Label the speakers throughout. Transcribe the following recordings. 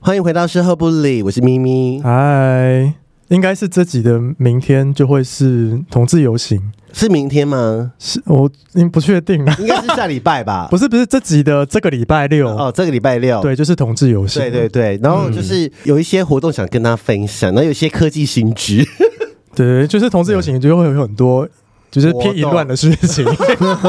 Speaker 1: 欢迎回到事后不理，我是咪咪。
Speaker 2: 嗨，应该是这集的明天就会是同志游行，
Speaker 1: 是明天吗？
Speaker 2: 是我嗯不确定啊，。
Speaker 1: 应该是下礼拜吧
Speaker 2: 不是不是这集的这个礼拜六，
Speaker 1: 哦，这个礼拜六。
Speaker 2: 对，就是同志游行，
Speaker 1: 对嗯对对，然后就是有一些活动想跟大家分享，然后有一些科技新知，
Speaker 2: 对，就是同志游行就会有很多就是偏淫乱的事情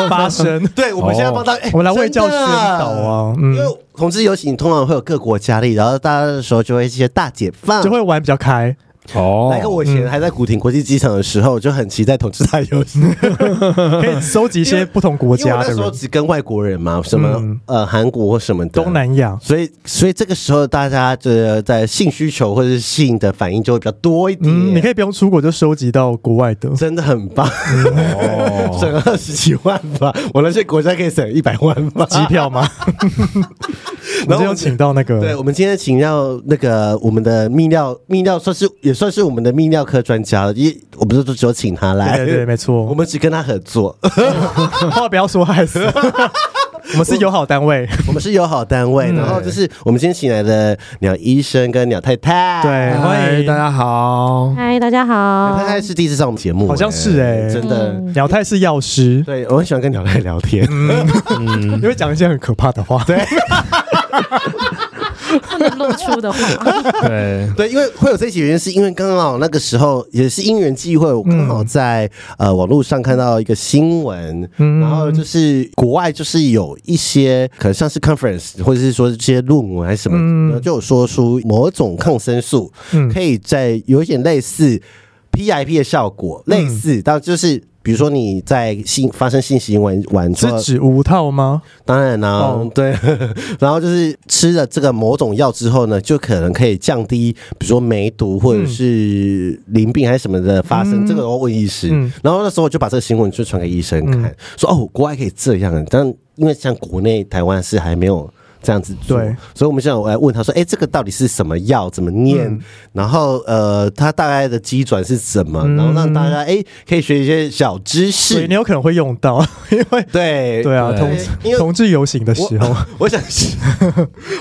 Speaker 2: 发生，
Speaker 1: 对我们现在帮大家，哎
Speaker 2: 我们来为教
Speaker 1: 真
Speaker 2: 宣
Speaker 1: 的
Speaker 2: 导啊，嗯
Speaker 1: 因，为同志游行通常会有各国佳丽，然后大家的时候就会一嗯些大解放，
Speaker 2: 就会玩比较开，
Speaker 3: 哦
Speaker 1: 来跟我以前还在古亭国际机场的时候，我就很期待同志大游行，
Speaker 2: 嗯可以收集一些不同国
Speaker 1: 因为我
Speaker 2: 家
Speaker 1: 那
Speaker 2: 的
Speaker 1: 时候
Speaker 2: 人，
Speaker 1: 只跟外国人嘛，什么、
Speaker 2: 嗯
Speaker 1: 呃韩国或什么的
Speaker 2: 东。南亚，
Speaker 1: 所以，所以这个时候大家的在性需求或者是性的反应就会比较多一点，
Speaker 2: 嗯，你可以不用出国就收集到国外 的，
Speaker 1: 真的很棒，
Speaker 2: 哦
Speaker 1: 省了二十几万吧，我那些国家可以省一百万吧。
Speaker 2: 机 票吗？我
Speaker 1: 然
Speaker 2: 们
Speaker 1: 后
Speaker 2: 就请到那
Speaker 1: 对，
Speaker 2: 个
Speaker 1: 我们今天请到那个我们的泌尿泌尿算是也算是我们的泌尿科专家了，也我们都只有请他来，
Speaker 2: 对对对没错
Speaker 1: 我们只跟他合作，
Speaker 2: 话不要说害死，我们是友好单位，
Speaker 1: 我们是友好单位，
Speaker 2: 嗯
Speaker 1: 然后就是我们今天请来的鸟医生跟鸟太太，
Speaker 2: 对，哎欢
Speaker 3: 嗨，
Speaker 2: 迎
Speaker 3: 大。家好，
Speaker 4: 嗨，大家
Speaker 1: 鸟
Speaker 4: 好
Speaker 1: 太。太是第一次上我们节目，
Speaker 2: 好像是哎
Speaker 1: 真的，
Speaker 2: 鸟太是药师，
Speaker 1: 对我很喜欢跟鸟太聊天，
Speaker 2: 嗯因为讲一些很可怕的话，对，
Speaker 4: 不能露出的话，
Speaker 3: 对，
Speaker 1: 对，因为会有这些原因，是因为刚好那个时候也是因缘际会，我刚好在、呃网络上看到一个新闻，
Speaker 2: 嗯
Speaker 1: 然后就是国外就是有一些可能像是 conference 或者是说这些论文还是什么，
Speaker 2: 嗯
Speaker 1: 然后就有说出某种抗生素
Speaker 2: 嗯
Speaker 1: 可以在有一点类似 PIP 的效果，
Speaker 2: 嗯
Speaker 1: 类似到就是。比如说你在性发生性行为完之后
Speaker 2: 是，指无套吗？
Speaker 1: 当然啦、
Speaker 2: 哦
Speaker 1: 对， 然后就是吃了这个某种药之后呢，就可能可以降低，比如说梅毒或者是淋病还是什么的发生，
Speaker 2: 嗯
Speaker 1: 这个我问医师。
Speaker 2: 嗯
Speaker 1: 然后那时候我就把这个新闻就传给医生看，
Speaker 2: 嗯
Speaker 1: 说哦，国外可以这样，但因为像国内台湾是还没有。这样子做
Speaker 2: 对，
Speaker 1: 所以我们现在我来问他说：“哎、这个到底是什么药？怎么念？
Speaker 2: 嗯
Speaker 1: 然后呃，它大概的基转是什么？然后让大家哎、可以学一些小知
Speaker 2: 嗯对，
Speaker 1: 识
Speaker 2: 你。有可能会用到，因为
Speaker 1: 对
Speaker 2: 对啊，
Speaker 3: 对
Speaker 2: 同
Speaker 1: 因为
Speaker 2: 同志游行的时候，
Speaker 1: 我我想是，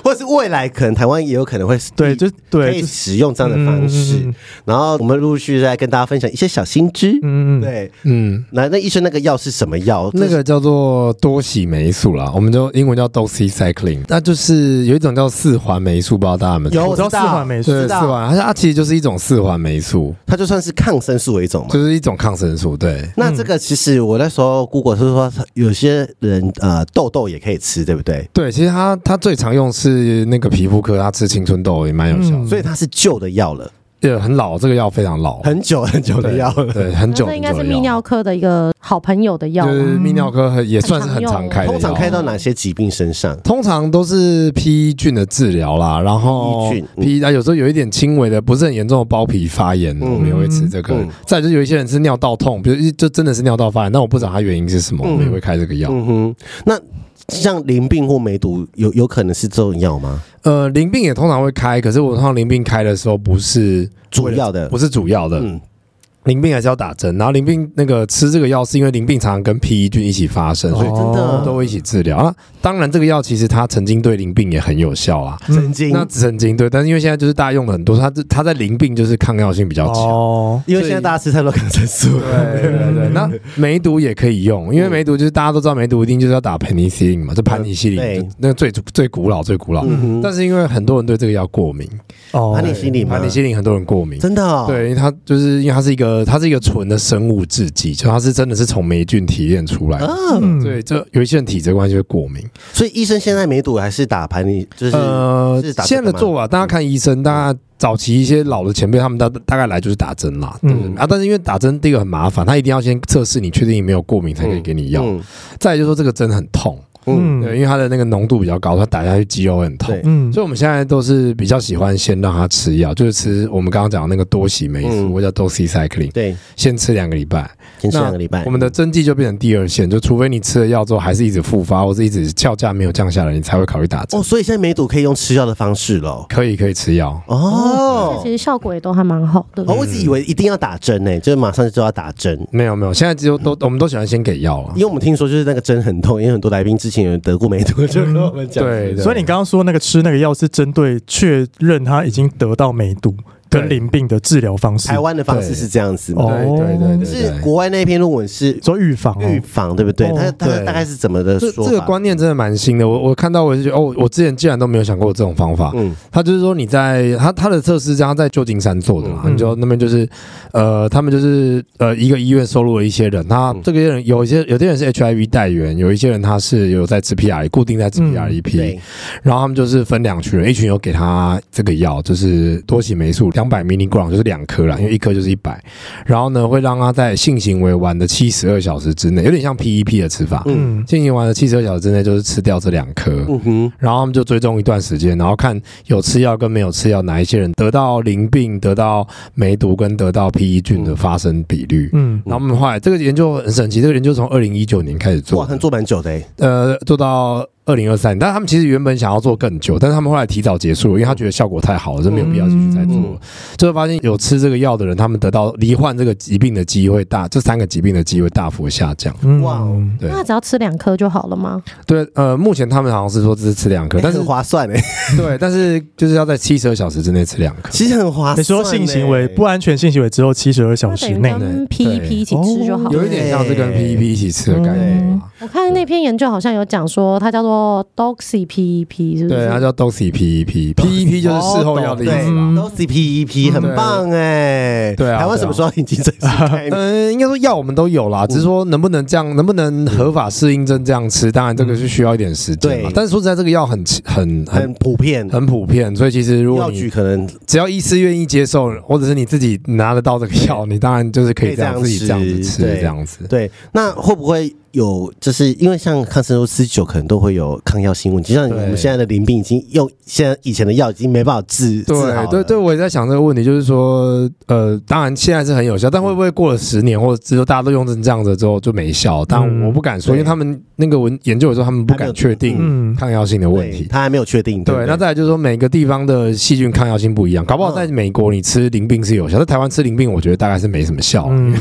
Speaker 1: 或是未来可能台湾也有可能会
Speaker 2: 对，就
Speaker 1: 可
Speaker 2: 对，
Speaker 1: 以
Speaker 2: 就
Speaker 1: 使用这样的方式。
Speaker 2: 嗯嗯嗯
Speaker 1: 然后我们陆续再跟大家分享一些小新知。
Speaker 2: 嗯，嗯，
Speaker 1: 对，
Speaker 3: 嗯，
Speaker 1: 那那医生那个药是什么药？
Speaker 3: 那个叫做多喜霉素啦，我们就英文叫 doxycycline，那就是有一种叫四环霉素，不知道大家有没有听
Speaker 1: 有
Speaker 3: 过？
Speaker 2: 我知道
Speaker 1: 我知
Speaker 2: 四
Speaker 1: 道
Speaker 2: 环美
Speaker 3: 对，
Speaker 2: 术
Speaker 1: 知
Speaker 3: 四
Speaker 1: 道
Speaker 3: 环，它它其实就是一种四环霉素，
Speaker 1: 它就算是抗生素的一
Speaker 2: 嗯
Speaker 1: 种嘛。
Speaker 3: 就是一种抗生素，对。
Speaker 1: 那这个其实我那时候 Google 是说，有些人呃痘痘也可以吃，对不对？
Speaker 3: 对，其实它它最常用是那个皮肤科，它吃青春痘也蛮有效的，
Speaker 2: 嗯哦
Speaker 1: 所以它是旧的药了，
Speaker 3: 也很老，这个药非常老，
Speaker 1: 很久很久的
Speaker 3: 对
Speaker 1: 药了。
Speaker 3: 对， 很久
Speaker 4: 这
Speaker 3: 很
Speaker 4: 应该
Speaker 3: 久
Speaker 4: 是
Speaker 3: 的
Speaker 4: 泌
Speaker 3: 药
Speaker 4: 尿。科的一个好朋友的药
Speaker 3: 就
Speaker 4: 吧，
Speaker 3: 是泌尿科很也算是
Speaker 4: 很
Speaker 3: 很
Speaker 4: 常
Speaker 3: 常
Speaker 4: 用
Speaker 3: 开的药，
Speaker 1: 通常开到哪些疾病身上？
Speaker 3: 通常都是 P 菌的治疗啦，然后
Speaker 1: PE 菌嗯
Speaker 3: P 啊有时候有一点轻微的，不是很严重的包皮发炎，
Speaker 1: 嗯
Speaker 3: 我们也会吃这个
Speaker 1: 嗯。
Speaker 3: 再就是有一些人是尿道痛，比如就真的是尿道发炎，但我不知道它原因是什么，我们也会开这个药。
Speaker 1: 嗯哼，那像淋病或梅毒有有可能是这种药吗？
Speaker 3: 呃，淋病也通常会开，可是我通常淋病开的时候不是
Speaker 1: 主要的
Speaker 3: 不是主要的，
Speaker 1: 嗯，
Speaker 3: 淋病还是要打针，然后淋病那个吃这个药是因为淋病常常跟 PE 菌一起发生，所以
Speaker 1: 真的
Speaker 3: 都会一起治疗。那当然，这个药其实它曾经对淋病也很有效啊。
Speaker 1: 曾经，
Speaker 3: 那曾经对，但是因为现在就是大家用了很多，它它在淋病就是抗药性比较强。
Speaker 2: 哦，
Speaker 1: 因为现在大家吃太多抗生素，
Speaker 3: 对对对，那梅毒也可以用，因为梅毒就是大家都知道，梅毒一定就是要打盆尼西林嘛，就盘尼西
Speaker 1: 嗯对
Speaker 3: 林，就那个最最古老最古老。
Speaker 1: 嗯
Speaker 3: 但是因为很多人对这个药过敏，
Speaker 2: 哦
Speaker 1: 盘尼西林吗
Speaker 3: 盘尼西林很多人过敏。
Speaker 1: 真的哦，
Speaker 3: 对，因为它就是因为它是一个它是一个纯的生物制剂，就它是真的是从霉菌提炼出来的。
Speaker 1: 嗯，
Speaker 2: 嗯
Speaker 3: 对，就有一些人体质关系会过敏。
Speaker 1: 所以医生现在没毒还是打盘尼，就是嗯
Speaker 3: 呃
Speaker 1: 是打这个，吗
Speaker 3: 现在的做法，大家看医生，大家早期一些老的前辈，他们大大概来就是打针啦，对不对
Speaker 2: 嗯
Speaker 3: 啊，但是因为打针第一个很麻烦，他一定要先测试你确定你没有过敏才可以给你药，
Speaker 1: 嗯
Speaker 3: 再来就是说这个针很痛，
Speaker 1: 嗯，
Speaker 3: 对，因为它的那个浓度比较高，它打下去肌肉会很痛
Speaker 1: 对。
Speaker 2: 嗯
Speaker 3: 所以我们现在都是比较喜欢先让它吃药，就是吃我们刚刚讲的那个多喜霉素，
Speaker 1: 嗯哎
Speaker 3: 或者叫 doxycycline，
Speaker 1: 对，
Speaker 3: 先吃两个礼拜。
Speaker 1: 先吃
Speaker 3: 那
Speaker 1: 两个礼拜，
Speaker 3: 我们的针剂就变成第二线，就除非你吃了药之后还是一直复发，或是一直叫价没有降下来，你才会考虑打针。
Speaker 1: 哦，所以现在梅毒可以用吃药的方式喽。
Speaker 3: 可以可以吃药，
Speaker 4: 这
Speaker 1: 哦
Speaker 4: 其，实效果也都还蛮好的。
Speaker 1: 哦，我一直以为一定要打针呢、就是马上就要打针，
Speaker 3: 没有没有，现在只有都我们都喜欢先给药了
Speaker 1: 因。为我们听说就是那个针很痛，因为很多来宾之前有得过梅毒，就跟我们讲，
Speaker 3: 对，
Speaker 2: 所以你刚刚说那个吃那个药是针对确认他已经得到梅毒跟
Speaker 3: 对
Speaker 2: 淋病的治疗方式
Speaker 1: 台，湾的方式是这样子，
Speaker 2: 哦
Speaker 3: 对对
Speaker 1: 可
Speaker 3: 对对
Speaker 1: 是
Speaker 3: 对对。
Speaker 1: 国外那一篇论文是
Speaker 2: 说预防
Speaker 1: 预
Speaker 2: 哦，
Speaker 1: 防，对不对？
Speaker 2: 哦
Speaker 1: 他他
Speaker 3: 对
Speaker 1: 大概是怎么的
Speaker 3: 这
Speaker 1: 说
Speaker 3: 这个
Speaker 1: 法？
Speaker 3: 观念真的蛮新的，我我看到我就觉得哦，我之前竟然都没有想过这种方法。
Speaker 1: 嗯，
Speaker 3: 他就是说你在他他的测试家在旧金山做的啦，
Speaker 2: 嗯
Speaker 3: 你就那边就是呃，他们就是呃一个医院收录了一些人，他
Speaker 1: 嗯
Speaker 3: 这个人有一些有些人是 HIV 带源，有一些人他是有在吃 PRE 固定在吃
Speaker 2: 嗯
Speaker 3: PREP，、
Speaker 1: 对，
Speaker 3: 然后他们就是分两群人，一群有给他这个药，就是多喜霉素两百 milligram 就是两颗啦，因为一颗就是一百，然后呢会让他在性行为完的七十二小时之内，有点像 PEP 的吃法，
Speaker 2: 嗯
Speaker 3: 性行为完的七十二小时之内就是吃掉这两颗，
Speaker 1: 嗯哼，
Speaker 3: 然后他们就追踪一段时间，然后看有吃药跟没有吃药哪一些人得到淋病、得到梅毒跟得到 PE 菌的发生比率。
Speaker 2: 嗯
Speaker 3: 然后我们后来这个研究很神奇，这个研究从二零一九年开始
Speaker 1: 哇，
Speaker 3: 做
Speaker 1: 他，们做蛮久的、欸，
Speaker 3: 呃，做到二零二三，但他们其实原本想要做更久，但是他们后来提早结束了，因为他觉得效果太好了，就没有必要继续再做了。
Speaker 1: 嗯
Speaker 3: 就会发现有吃这个药的人，他们得到罹患这个疾病的机会大，这三个疾病的机会大幅下降。
Speaker 2: 嗯
Speaker 1: 哇哦
Speaker 3: 对
Speaker 4: 那只要吃两颗就好了吗？
Speaker 3: 对，呃，目前他们好像是说只是吃两颗，但
Speaker 1: 但是
Speaker 3: 是
Speaker 1: 很划算 哎、
Speaker 3: 对，但是就是要在七十二小时之内吃两 颗。
Speaker 1: 其实很划算、欸。
Speaker 2: 你说性 行为不安全性行为之后七十二小
Speaker 4: 那等
Speaker 2: 时
Speaker 4: 于
Speaker 2: 内，
Speaker 4: 跟
Speaker 3: 对哦
Speaker 4: PEP 一起吃就好
Speaker 3: 有
Speaker 4: 了。
Speaker 3: 一点像是跟 PEP 一起吃的概念吧。
Speaker 4: 我看那篇研究好像有讲说，它叫做 Doxy PEP，是不
Speaker 3: 对，它
Speaker 4: 是？
Speaker 3: 叫 E Doxy
Speaker 1: E
Speaker 3: PEP，PEP 就是事后药的意思
Speaker 2: 哦
Speaker 3: 啦。
Speaker 2: 懂
Speaker 1: 都 CPEP 很棒哎、
Speaker 3: 嗯对啊
Speaker 1: 台湾什么时候引进这些概念？
Speaker 3: 嗯，应该说药我们都有啦，只是说能不能这样，能不能合法适应症这样吃，当然这个是需要一点时间嘛
Speaker 1: 对。
Speaker 3: 但是说实在，这个药很很
Speaker 1: 很
Speaker 3: 很
Speaker 1: 普遍，
Speaker 3: 很普遍，所以其实如果
Speaker 1: 药局
Speaker 3: 你
Speaker 1: 可能
Speaker 3: 只要医师愿意接受，或者是你自己拿得到这个药，你当然就是可以这样
Speaker 1: 可以这
Speaker 3: 自己这
Speaker 1: 样
Speaker 3: 样
Speaker 1: 吃
Speaker 3: 子吃
Speaker 1: 对
Speaker 3: 这样子。
Speaker 1: 对，那会不会有？就是因为像抗生素吃久，可能都会有抗药性问题，就像我们
Speaker 3: 对
Speaker 1: 现在的淋病已经用现在以前的药已经没办法治治好
Speaker 3: 对
Speaker 1: 了
Speaker 3: 对对，，我也在想这个问题，就是说，呃，当然现在是很有效，但会不会过了十年或者之后大家都用成这样子之后就没效？但
Speaker 2: 嗯
Speaker 3: 我不敢说，
Speaker 1: 对
Speaker 3: 因为他们那个文研究的时候，他们不
Speaker 1: 还没有
Speaker 3: 敢确定
Speaker 2: 嗯，
Speaker 3: 抗药性的问
Speaker 1: 对
Speaker 3: 题。
Speaker 1: 他还没有确定。对不
Speaker 3: 对，
Speaker 1: 对，
Speaker 3: 那再来就是说，每个地方的细菌抗药性不一样，搞不好
Speaker 1: 嗯
Speaker 3: 在美国你吃淋病是有效，在台湾吃淋病，我觉得大概是没什么效。
Speaker 2: 嗯，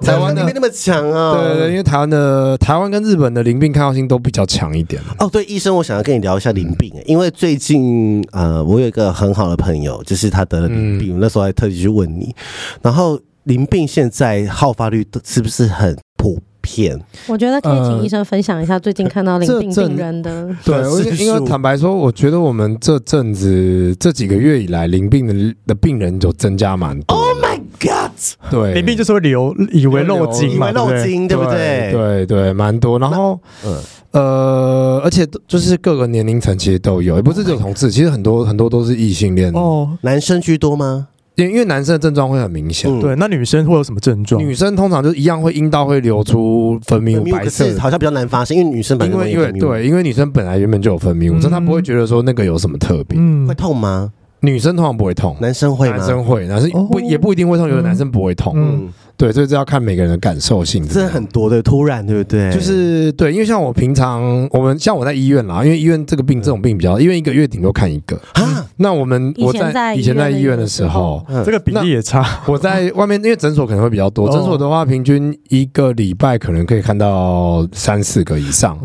Speaker 3: 台湾的
Speaker 1: 没那么强啊。
Speaker 3: 对对对，因为台湾的台湾跟日本的淋病抗药性都比较强一点。啊
Speaker 1: 哦，对，医生，我想要跟你聊一下淋病，欸因为最近呃，我有一个很好的朋友，就是他得了淋病，
Speaker 3: 嗯
Speaker 1: 那时候还特地去问你，然后淋病现在好发率都是不是很普遍？
Speaker 3: 嗯
Speaker 4: 我觉得可以
Speaker 3: 呃
Speaker 4: 请医生分享一下最近看到淋病
Speaker 3: 这这
Speaker 4: 病 人的。
Speaker 3: 对，
Speaker 1: 是
Speaker 3: 我
Speaker 1: 是
Speaker 3: 因为坦白说，我觉得我们这阵子这几个月以来，淋病的的病人有增加蛮多的。
Speaker 1: Oh my God！
Speaker 3: 对，
Speaker 2: 淋病就是会流，以为
Speaker 3: 流
Speaker 2: 漏精
Speaker 1: 因
Speaker 2: 嘛，
Speaker 1: 为
Speaker 2: 对
Speaker 1: 漏
Speaker 2: 不对？
Speaker 1: 精，对
Speaker 3: 对
Speaker 1: 不对？
Speaker 3: 对对，蛮多。然后
Speaker 1: 嗯，
Speaker 3: 呃，而且都就是各个年龄层其实都有，也不是只有同
Speaker 1: Oh
Speaker 3: 志，其实很多很多都是异性恋。哦，
Speaker 2: 哦，
Speaker 1: 男生居多吗？
Speaker 3: 因为因为男生的症状会很明显。
Speaker 1: 嗯
Speaker 2: 对，那女生会有什么症状？
Speaker 3: 女生通常就一样会阴道会流出分泌
Speaker 1: 分
Speaker 3: 物
Speaker 1: 泌物
Speaker 3: 白
Speaker 1: 可
Speaker 3: 色
Speaker 1: 是
Speaker 3: 的，
Speaker 1: 好像比较难发现，因为女生本来
Speaker 3: 因
Speaker 1: 就
Speaker 3: 为
Speaker 1: 容易分
Speaker 3: 因为
Speaker 1: 泌物
Speaker 3: 对，因为女生本来原本就有分泌物，
Speaker 2: 嗯
Speaker 3: 所以她不会觉得说那个有什么特别。
Speaker 2: 嗯
Speaker 1: 会痛吗？
Speaker 3: 女生通常不会痛，
Speaker 1: 男生会吗？
Speaker 3: 男生会，男生
Speaker 2: 哦
Speaker 3: 不、也不一定会痛，有的
Speaker 2: 嗯
Speaker 3: 男生不会痛，
Speaker 2: 嗯
Speaker 1: 嗯，
Speaker 3: 对，所以这要看每个人的感受性怎
Speaker 1: 真
Speaker 3: 么
Speaker 1: 的
Speaker 3: 样。
Speaker 1: 很多的，突然对不对？
Speaker 3: 就是对，因为像我平常我们像我在医院啦，因为医院这个病这种病比较，因为一个月顶多看一个，
Speaker 1: 啊，
Speaker 3: 那我们
Speaker 4: 以前
Speaker 3: 我在
Speaker 4: 在
Speaker 3: 以前在医
Speaker 4: 医
Speaker 3: 院
Speaker 4: 院
Speaker 3: 的
Speaker 4: 的
Speaker 3: 时候，
Speaker 2: 这个比例也差，
Speaker 3: 我在外面，因为诊所可能会比较多，
Speaker 2: 哦
Speaker 3: 诊所的话，平均一个礼拜可能可以看到三四个以上。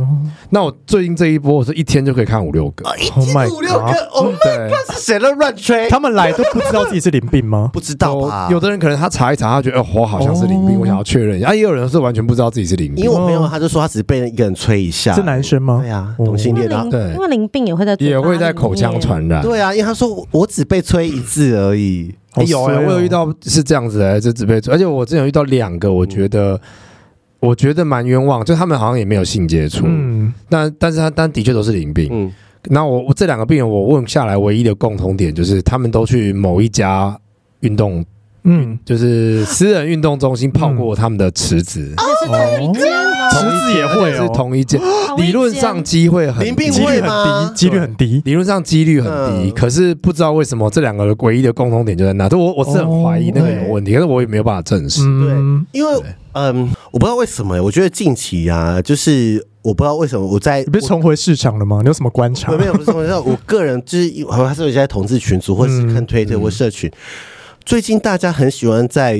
Speaker 3: 那我最近这一波，我是一天就可以看五六个。
Speaker 2: Oh my
Speaker 1: 五六
Speaker 2: god！
Speaker 1: 个，哎我们
Speaker 3: 对，
Speaker 1: 是谁在乱吹？
Speaker 2: 他们来都不知道自己是淋 病吗？
Speaker 1: 不知道吧？
Speaker 3: 有有的人可能他查一查，他觉得哦，我好像是淋病，
Speaker 2: 哦
Speaker 3: 我想要确认一下。啊，也有人是完全不知道自己是淋
Speaker 1: 因
Speaker 3: 病
Speaker 1: 为，我朋友他就说他只是被一个人吹一下，
Speaker 2: 是男生吗？
Speaker 1: 对啊，
Speaker 2: 哦
Speaker 1: 同性
Speaker 4: 因为
Speaker 1: 恋啊
Speaker 4: 淋，
Speaker 3: 对
Speaker 4: 因为淋病也会在嘴巴
Speaker 3: 也会在
Speaker 4: 里面
Speaker 3: 口腔，传哦染。
Speaker 1: 对啊，因为他说我我只被吹一次而已，
Speaker 2: 好
Speaker 3: 哎有哎、
Speaker 2: 衰哦
Speaker 3: 我有遇到是这样子的、这只被，而且我之前有遇到两个，我觉得。我觉得蛮冤枉，就他们好像也没有性接触，
Speaker 2: 嗯，
Speaker 3: 但但是他但的确都是淋病，
Speaker 1: 嗯，
Speaker 3: 那我我这两个病人，我问下来唯一的共同点就是，他们都去某一家运动，
Speaker 2: 嗯，
Speaker 3: 就是私人运动中心泡过他们的池子，
Speaker 4: 是同一间吗
Speaker 2: 池子也会
Speaker 3: 是
Speaker 2: 哦，
Speaker 3: 同一间，
Speaker 4: 同一间
Speaker 3: 理论上机会很低
Speaker 1: 淋病
Speaker 2: 几率
Speaker 1: 会
Speaker 2: 很
Speaker 1: 吗
Speaker 2: 低，几率很低。
Speaker 3: 理论上几率很
Speaker 1: 嗯
Speaker 3: 低，可是不知道为什么这两个唯一的共同点就在那，就我我是很
Speaker 1: 哦
Speaker 3: 怀疑那个有问题，可是我也没有办法证实。
Speaker 2: 嗯，
Speaker 1: 因为嗯，我不知道为什么，我觉得近期啊，就是我不知道为什么我在
Speaker 2: 你不是重回市场了吗？你有什么观察
Speaker 1: 我？没有不是同事， 我个人就是有还是有在同志群组，或是看推
Speaker 2: 嗯
Speaker 1: 特或社群。最近大家很喜欢在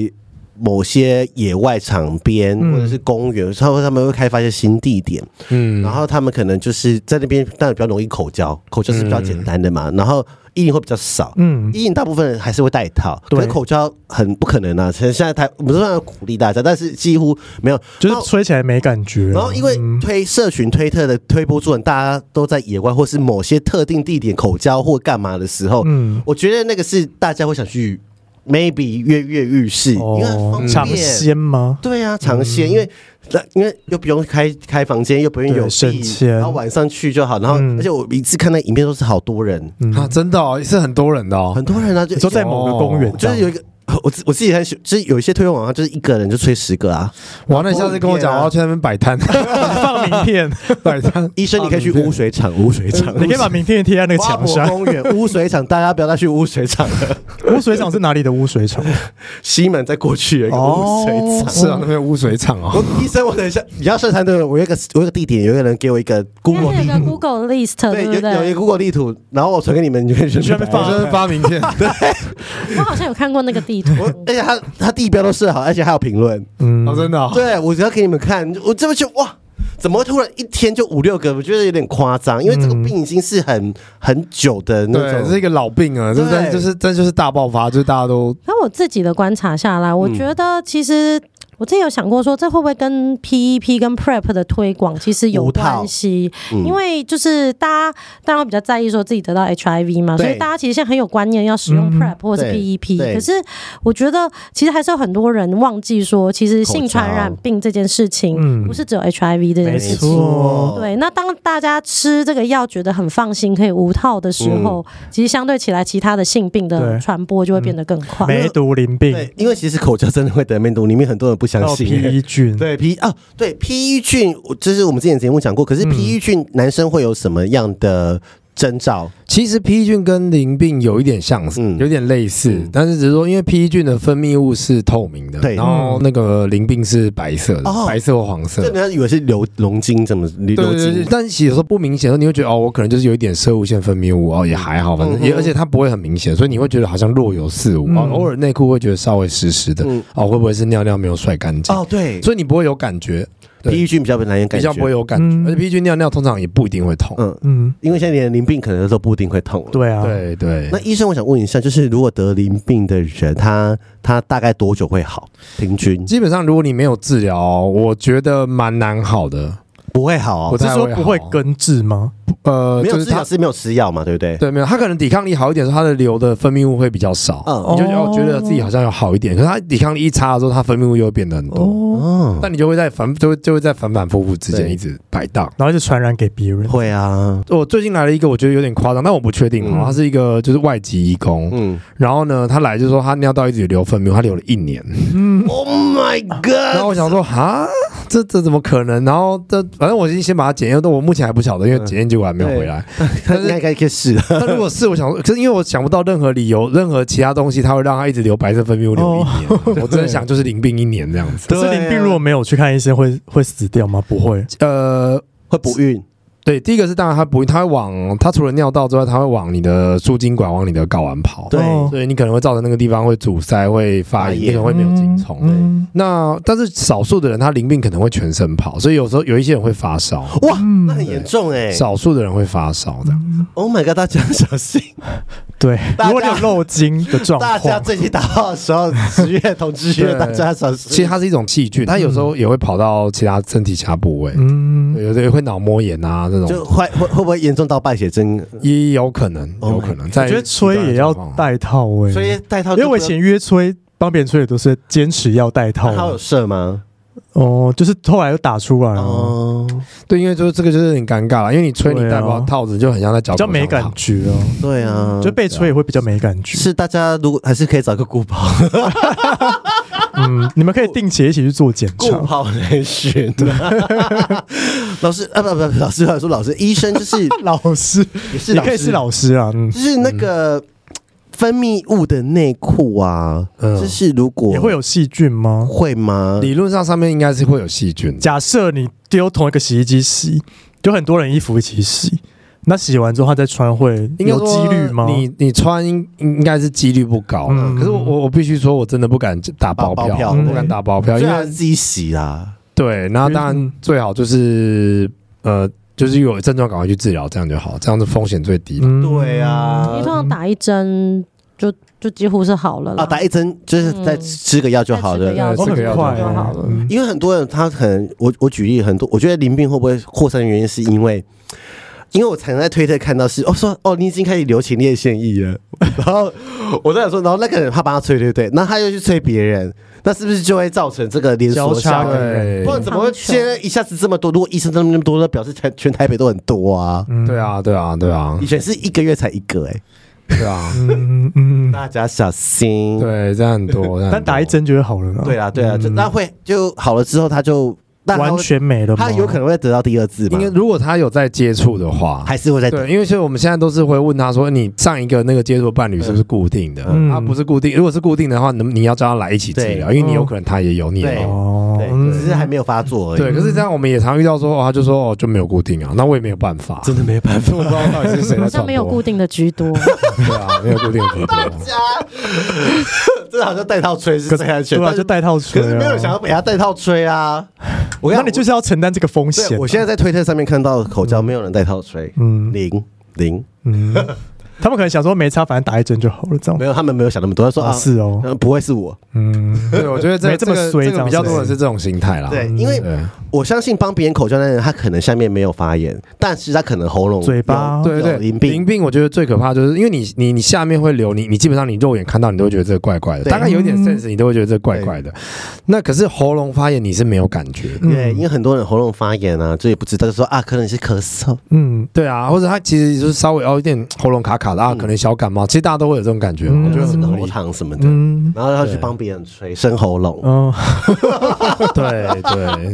Speaker 1: 某些野外场边、
Speaker 2: 嗯
Speaker 1: 或者是公园，他们他们会开发一些新地点，
Speaker 3: 嗯，
Speaker 1: 然后他们可能就是在那边，当然比较容易口交，口交是比较简单的嘛，然后意淫会比较少。
Speaker 2: 嗯，
Speaker 1: 意淫大部分人还是会戴套，
Speaker 2: 对
Speaker 1: 可是口交很不可能啊！现现在台我们虽然有鼓励大家，但是几乎没有。
Speaker 2: 就是
Speaker 1: 然后
Speaker 2: 吹起来没感觉啊。
Speaker 1: 然后因为
Speaker 2: 嗯
Speaker 1: 推社群推特的推波助澜，大家都在野外或是某些特定地点口交或干嘛的时候，
Speaker 2: 嗯
Speaker 1: 我觉得那个是大家会想去 maybe 跃跃欲试，因为
Speaker 2: 哦
Speaker 1: 方
Speaker 2: 尝
Speaker 1: 便。
Speaker 2: 鲜吗？
Speaker 1: 对啊，尝鲜，因为因为又不用开开房间，又不用有
Speaker 2: 对省
Speaker 1: 地，
Speaker 2: 钱
Speaker 1: 然后晚上去就好。然后，
Speaker 2: 嗯
Speaker 1: 而且我一次看那影片都是好多人，
Speaker 3: 啊，
Speaker 2: 嗯，
Speaker 3: 真的哦，是很多人的哦
Speaker 1: 很，多人啊，就
Speaker 2: 你说在某个公园
Speaker 1: 就
Speaker 2: 这样，
Speaker 1: 是有一个我自我自己很喜，就是有一些推广网站啊就是一个人就吹十个啊。
Speaker 3: 哇，那你下次跟我
Speaker 1: 很多影片
Speaker 3: 讲，
Speaker 1: 啊
Speaker 3: 我要去那边摆 摊，
Speaker 2: 放名 片，
Speaker 3: 摆摊，
Speaker 1: 医哦生，你可以去污水厂，污水厂，
Speaker 2: 你可以把名片贴在那个
Speaker 1: 花
Speaker 2: 墙
Speaker 1: 博
Speaker 2: 上。
Speaker 1: 公园 污水厂，大家不要再去污水厂 了。
Speaker 2: 污水厂是哪里的污水厂？
Speaker 1: 西门再过去有一个污水厂。
Speaker 3: 是啊，那边污水厂哦，
Speaker 1: 哦我医生，我等一下，你要社团的，我有一个我有一个地点，有一个人给我一个 Google
Speaker 4: 那
Speaker 1: 地
Speaker 4: 是有
Speaker 1: 图，
Speaker 4: 个 Google list，
Speaker 1: 对，
Speaker 4: 对不
Speaker 1: 有有一
Speaker 4: 对
Speaker 1: 个？Google 地图，然后我传给你们，你们去
Speaker 2: 去那边
Speaker 3: 我
Speaker 2: 放
Speaker 3: 就是发名 片，
Speaker 4: 我好像有看过那个地
Speaker 3: 嗯
Speaker 4: 图，
Speaker 1: 我而且他他地标都设好，而且还有评论，
Speaker 2: 嗯
Speaker 3: 哦，真的哦，
Speaker 1: 对我只要给你们看，我这么就哇。怎么会突然一天就五六个？我觉得有点夸张，因为这个病已经是很很久的那
Speaker 3: 嗯对，
Speaker 1: 种。
Speaker 3: 是一个老病啊，这
Speaker 1: 对嗯
Speaker 3: 这就是这就是大爆发，就是大家都
Speaker 4: 那我自己的观察下来，我觉得其实。我之前有想过说，这会不会跟 PEP 跟 PrEP 的推广其实有
Speaker 1: 无套
Speaker 4: 关系？
Speaker 1: 嗯
Speaker 4: 因为就是大家大家会比较在意说自己得到 HIV 嘛，
Speaker 1: 对
Speaker 4: 所以大家其实现在很有观念要使用
Speaker 2: 嗯
Speaker 4: PrEP 或者是
Speaker 1: 对
Speaker 4: PEP、
Speaker 1: 对
Speaker 4: 可是我觉得其实还是有很多人忘记说，其实性传染病这件事情
Speaker 2: 嗯
Speaker 4: 不是只有 HIV 这件
Speaker 2: 没
Speaker 4: 事情。
Speaker 2: 错，
Speaker 4: 对，那当大家吃这个药觉得很放心，可以无套的时候，
Speaker 1: 嗯
Speaker 4: 其实相对起来，其他的性病的
Speaker 2: 对
Speaker 4: 传播就会变得更快。
Speaker 2: 梅毒淋
Speaker 1: 对
Speaker 2: 病，，
Speaker 1: 因为其实口交真的会得梅毒，里面很多人不相
Speaker 2: 到
Speaker 3: 哦
Speaker 1: 信。
Speaker 2: PE 菌，
Speaker 1: 对 P 啊，对 P E 菌，我这是我们之前节目讲过。可是 P
Speaker 3: 嗯
Speaker 1: E 菌男生会有什么样的征兆？
Speaker 3: 其实 P 菌跟淋病有一点像似，
Speaker 1: 嗯
Speaker 3: 有点类似，
Speaker 1: 嗯
Speaker 3: 但是只是说，因为 P 菌的分泌物是透明的，
Speaker 1: 对嗯
Speaker 3: 然后那个淋病是白色的，
Speaker 1: 哦
Speaker 3: 白色或黄色
Speaker 1: 这。人家以为是流龙筋，怎么流
Speaker 3: 对对对，
Speaker 1: 筋
Speaker 3: 对？但是有时候不明显的时候，你会觉得哦，我可能就是有一点射物腺分泌物哦，也还好，反正
Speaker 1: 嗯
Speaker 3: 也
Speaker 1: 哼
Speaker 3: 而且它不会很明显，所以你会觉得好像若有似无，
Speaker 2: 嗯
Speaker 3: 哦偶尔内裤会觉得稍微湿湿的，
Speaker 1: 嗯
Speaker 3: 哦，会不会是尿尿没有甩干净？
Speaker 1: 哦，对
Speaker 3: 所以你不会有感觉，对
Speaker 1: ，P E 菌比较难以
Speaker 3: 比
Speaker 1: 感
Speaker 3: 较
Speaker 1: 觉，
Speaker 3: 不会有感
Speaker 2: 嗯
Speaker 3: 觉，而且 P 菌尿尿通常也不一定会痛。
Speaker 1: 嗯，
Speaker 2: 嗯，
Speaker 1: 因为现在连淋病可能都不一定会痛了。
Speaker 2: 对啊，
Speaker 3: 对对
Speaker 1: 嗯那，医生，我想问一下，就是如果得淋病的人，他他大概多久会好？平均
Speaker 3: 基本上如果你没有治疗，我觉得蛮难好的。
Speaker 1: 不会好
Speaker 3: 我
Speaker 1: 哦，
Speaker 2: 是说不会根治吗？
Speaker 3: 呃，
Speaker 1: 没有
Speaker 3: 就是
Speaker 1: 治疗
Speaker 3: 他
Speaker 1: 是没有吃药嘛，对不对？
Speaker 3: 对没有，他可能抵抗力好一点，的时候，他的瘤的分泌物会比较少，
Speaker 1: 嗯
Speaker 3: 你就哦觉得自己好像有好一点，可是他抵抗力一差的时候，他分泌物又会变得很多，
Speaker 2: 哦，
Speaker 1: 哦，
Speaker 3: 但你就会在反就会就会在反反复复之间
Speaker 1: 对
Speaker 3: 一直摆荡。
Speaker 2: 然后就传染给别人，
Speaker 1: 会啊，
Speaker 3: 我最近来了一个，我觉得有点夸张，但我不确定哦。
Speaker 2: 嗯
Speaker 3: 他是一个就是外籍义工，
Speaker 1: 嗯
Speaker 3: 然后呢，他来就说他尿道一直有瘤分泌物，他留了一年。
Speaker 2: 嗯，
Speaker 1: ，Oh my
Speaker 3: 然后
Speaker 1: God，
Speaker 3: 我想说，哈，这这怎么可能？然后这反正我已经先把它检验，但我目前还不晓得，因为检验结果还没有回来。
Speaker 1: 他应该可以试了，
Speaker 3: 那如果是我想说，可是因为我想不到任何理由，任何其他东西，它会让它一直留白色分泌物留一年。啊我真的想就是淋病一年这
Speaker 2: 啊
Speaker 3: 样子。
Speaker 2: 可是淋病如果没有去看医生，会会死掉吗？不会，
Speaker 3: 呃，
Speaker 1: 会不孕。
Speaker 3: 对，第一个是当然它不会，它会往它除了尿道之外，它会往你的输精管、往你的睾丸跑，
Speaker 1: 对
Speaker 2: 哦
Speaker 3: 所以你可能会造成那个地方会阻塞、会发
Speaker 1: 发
Speaker 3: 炎，
Speaker 1: 炎
Speaker 3: 也可能会没有精虫。
Speaker 2: 嗯
Speaker 3: 那但是少数的人，他淋病可能会全身跑，所以有时候有一些人会发烧，
Speaker 1: 哇，
Speaker 2: 嗯
Speaker 1: 那很严重哎、
Speaker 3: 少数的人会发烧这样。
Speaker 1: Oh my god，大家小心！
Speaker 2: 对，
Speaker 1: 大家
Speaker 2: 如果你有漏精的状
Speaker 1: 大家
Speaker 2: 况，
Speaker 1: 最近打炮的时候，十月同志月，
Speaker 3: 对
Speaker 1: 大家小
Speaker 3: 其
Speaker 1: 心
Speaker 3: 实。它是一种细菌，它有时候也会跑到其他身体其他部位，
Speaker 2: 嗯，
Speaker 3: 对有的也会脑膜炎啊这
Speaker 1: 就
Speaker 3: 种，
Speaker 1: 会会会不会严重到败血症？
Speaker 3: 也有可能，
Speaker 1: Oh my
Speaker 3: 有可能。
Speaker 2: 哦我
Speaker 3: 在
Speaker 2: 觉得吹也要戴套哎，
Speaker 1: 所以戴套
Speaker 2: 因
Speaker 1: 就不能，
Speaker 2: 为我以前约吹帮别人吹也都是坚持要戴套
Speaker 1: 他有射吗？
Speaker 2: 哦，就是后来又打出来了，
Speaker 1: 哦，
Speaker 3: 对，因为就是这个就是很尴尬了，因为你吹你
Speaker 2: 对啊
Speaker 3: 戴不到套子，就很像在脚
Speaker 2: 比较没感觉哦，
Speaker 1: 对啊，
Speaker 2: 就被吹也会比较没感觉。
Speaker 1: 是大家如果还是可以找个顾 跑
Speaker 2: 嗯，你们可以定期一起去做检
Speaker 1: 顾
Speaker 2: 查。
Speaker 1: 跑来选啊。 老师啊，不不不，老师老师老师，医生就是
Speaker 2: 老师，
Speaker 1: 也是
Speaker 2: 你
Speaker 1: 老
Speaker 2: 可以是
Speaker 1: 师，
Speaker 2: 老师啊，嗯
Speaker 1: 就，是那个分泌物的内裤啊，
Speaker 3: 嗯
Speaker 1: 就是如果
Speaker 2: 也会有细菌吗？
Speaker 1: 会吗？
Speaker 3: 理论上上面应该是会有细菌的，
Speaker 2: 嗯假设你丢同一个洗衣机洗，就很多人衣服一起洗，那洗完之后他再穿会
Speaker 3: 应该
Speaker 2: 有几
Speaker 3: 说
Speaker 2: 率吗？
Speaker 3: 你你穿应应该是几率不高啦，
Speaker 2: 嗯
Speaker 3: 可是我我我必须说，我真的不敢打包
Speaker 1: 打包
Speaker 3: 票，
Speaker 1: 票
Speaker 3: 我不
Speaker 2: 对
Speaker 3: 敢打包票，
Speaker 1: 虽
Speaker 3: 因
Speaker 1: 然
Speaker 3: 为
Speaker 1: 自己洗啦，
Speaker 3: 对，那当
Speaker 2: 嗯
Speaker 3: 然最好就是呃。就是有症状赶快去治疗，这样就好，这样子风险最低。
Speaker 2: 嗯
Speaker 1: 对啊
Speaker 4: 你通常打一针就就几乎是好了啦
Speaker 1: 啊，打一针就是再
Speaker 4: 嗯
Speaker 1: 吃个药就好了
Speaker 4: 再吃个。药
Speaker 2: 我
Speaker 3: 呃这
Speaker 2: 哦很
Speaker 3: 个要
Speaker 2: 快
Speaker 4: 就好了
Speaker 2: 嗯
Speaker 1: 因为很多人他可能，我我举例很多，我觉得淋病会不会扩散的原因是因为，因为我常常在推特看到是哦说哦你已经开始流前列腺液了， 然后我在想说，然后那个人他帮他吹对对，那他又去吹别人，那是不是就会造成这个连锁
Speaker 2: 交
Speaker 1: 效
Speaker 2: 叉
Speaker 1: 应？
Speaker 3: 对
Speaker 1: 不然怎么会现在一下子这么多？如果医生这么多，那表示全全台北都很多啊。
Speaker 2: 嗯
Speaker 3: 对，啊，对啊，对啊
Speaker 1: 以，前是一个月才一个哎、
Speaker 3: 对啊，
Speaker 2: 嗯嗯，嗯
Speaker 1: 大家小心。
Speaker 3: 对，这样很多。这样很 多
Speaker 2: 但打一针就会好了啦。
Speaker 1: 对啊啦对啦，就
Speaker 2: 嗯
Speaker 1: 那会就好了之后，他就那他会
Speaker 2: 完全没了吗，
Speaker 1: 他有可能会得到第二次
Speaker 3: 应
Speaker 1: 吗
Speaker 3: 该？如果他有在接触的话，
Speaker 1: 还是会再
Speaker 3: 对，因为所以我们现在都是会问他说，你上一个那个接触的伴侣是不是固定的？啊
Speaker 2: 嗯
Speaker 3: 他不是固定，如果是固定的话，能你要叫他来一起治疗，
Speaker 2: 对
Speaker 3: 因为你有可能他也有，你也
Speaker 1: 对
Speaker 3: 有。
Speaker 2: 哦
Speaker 1: 对，，
Speaker 2: 嗯
Speaker 1: 只是还没有发作而已。
Speaker 3: 对，可是这样我们也常遇到说，哦，他就说哦就没有固定啊，那我也没有 办法，
Speaker 1: 真的没办法。
Speaker 3: 我不知道到底是谁
Speaker 4: 好
Speaker 3: 在
Speaker 4: 像
Speaker 3: 传
Speaker 4: 没有固
Speaker 3: 播。
Speaker 4: 定的居多。
Speaker 3: 对啊，没有固定的直播。
Speaker 1: 这好像戴套吹是最安全，
Speaker 2: 对啊，
Speaker 1: 但是
Speaker 2: 就戴套吹
Speaker 1: 可
Speaker 2: 啊。
Speaker 1: 是没有人想要给他戴套吹啊。我跟
Speaker 2: 那
Speaker 1: 讲
Speaker 2: 你就是要承担这个风
Speaker 1: 对
Speaker 2: 险啊。
Speaker 1: 我现在在推特上面看到口交没有人戴套吹，
Speaker 2: 嗯
Speaker 1: 零零
Speaker 2: 嗯， 他们可能想说没差，反正打一针就好了，这样
Speaker 1: 没有，他们没有想那么多，他说
Speaker 2: 啊
Speaker 1: 啊
Speaker 2: 是哦，
Speaker 1: 呃不会是我。
Speaker 2: 嗯，
Speaker 3: 对，我觉得
Speaker 2: 没这
Speaker 3: 这
Speaker 2: 么
Speaker 3: 个
Speaker 2: 衰
Speaker 3: 这
Speaker 2: 这
Speaker 3: 个
Speaker 2: 样
Speaker 3: 比较多的
Speaker 2: 子
Speaker 3: 是这种心态啦。
Speaker 1: 对，因为
Speaker 3: 对
Speaker 1: 我相信帮别人口交的人，他可能下面没有发炎，但是他可能喉咙、
Speaker 2: 嘴巴
Speaker 3: 对对，
Speaker 1: 有淋病
Speaker 3: 淋病我觉得最可怕就是，因为你你你下面会流，你你基本上你肉眼看到你都会觉得这个怪怪的，
Speaker 1: 对
Speaker 3: 大概有一点 sense 你都会觉得这怪怪的。那可是喉咙发炎你是没有感觉的，
Speaker 1: 对，
Speaker 2: 嗯
Speaker 1: 因为很多人喉咙发炎啊，这也不知道，就说啊，可能是咳嗽，
Speaker 2: 嗯，
Speaker 3: 对啊，或者他其实就是稍微哦有点喉咙卡卡的啊，
Speaker 1: 嗯
Speaker 3: 可能小感冒，其实大家都会有这种感觉，
Speaker 2: 嗯
Speaker 3: 我觉得
Speaker 1: 是
Speaker 3: 很合
Speaker 1: 喉
Speaker 3: 理。
Speaker 1: 糖什么的，
Speaker 2: 嗯
Speaker 1: 然后他去帮别人吹生喉咙，
Speaker 2: 哦，
Speaker 3: 对 对，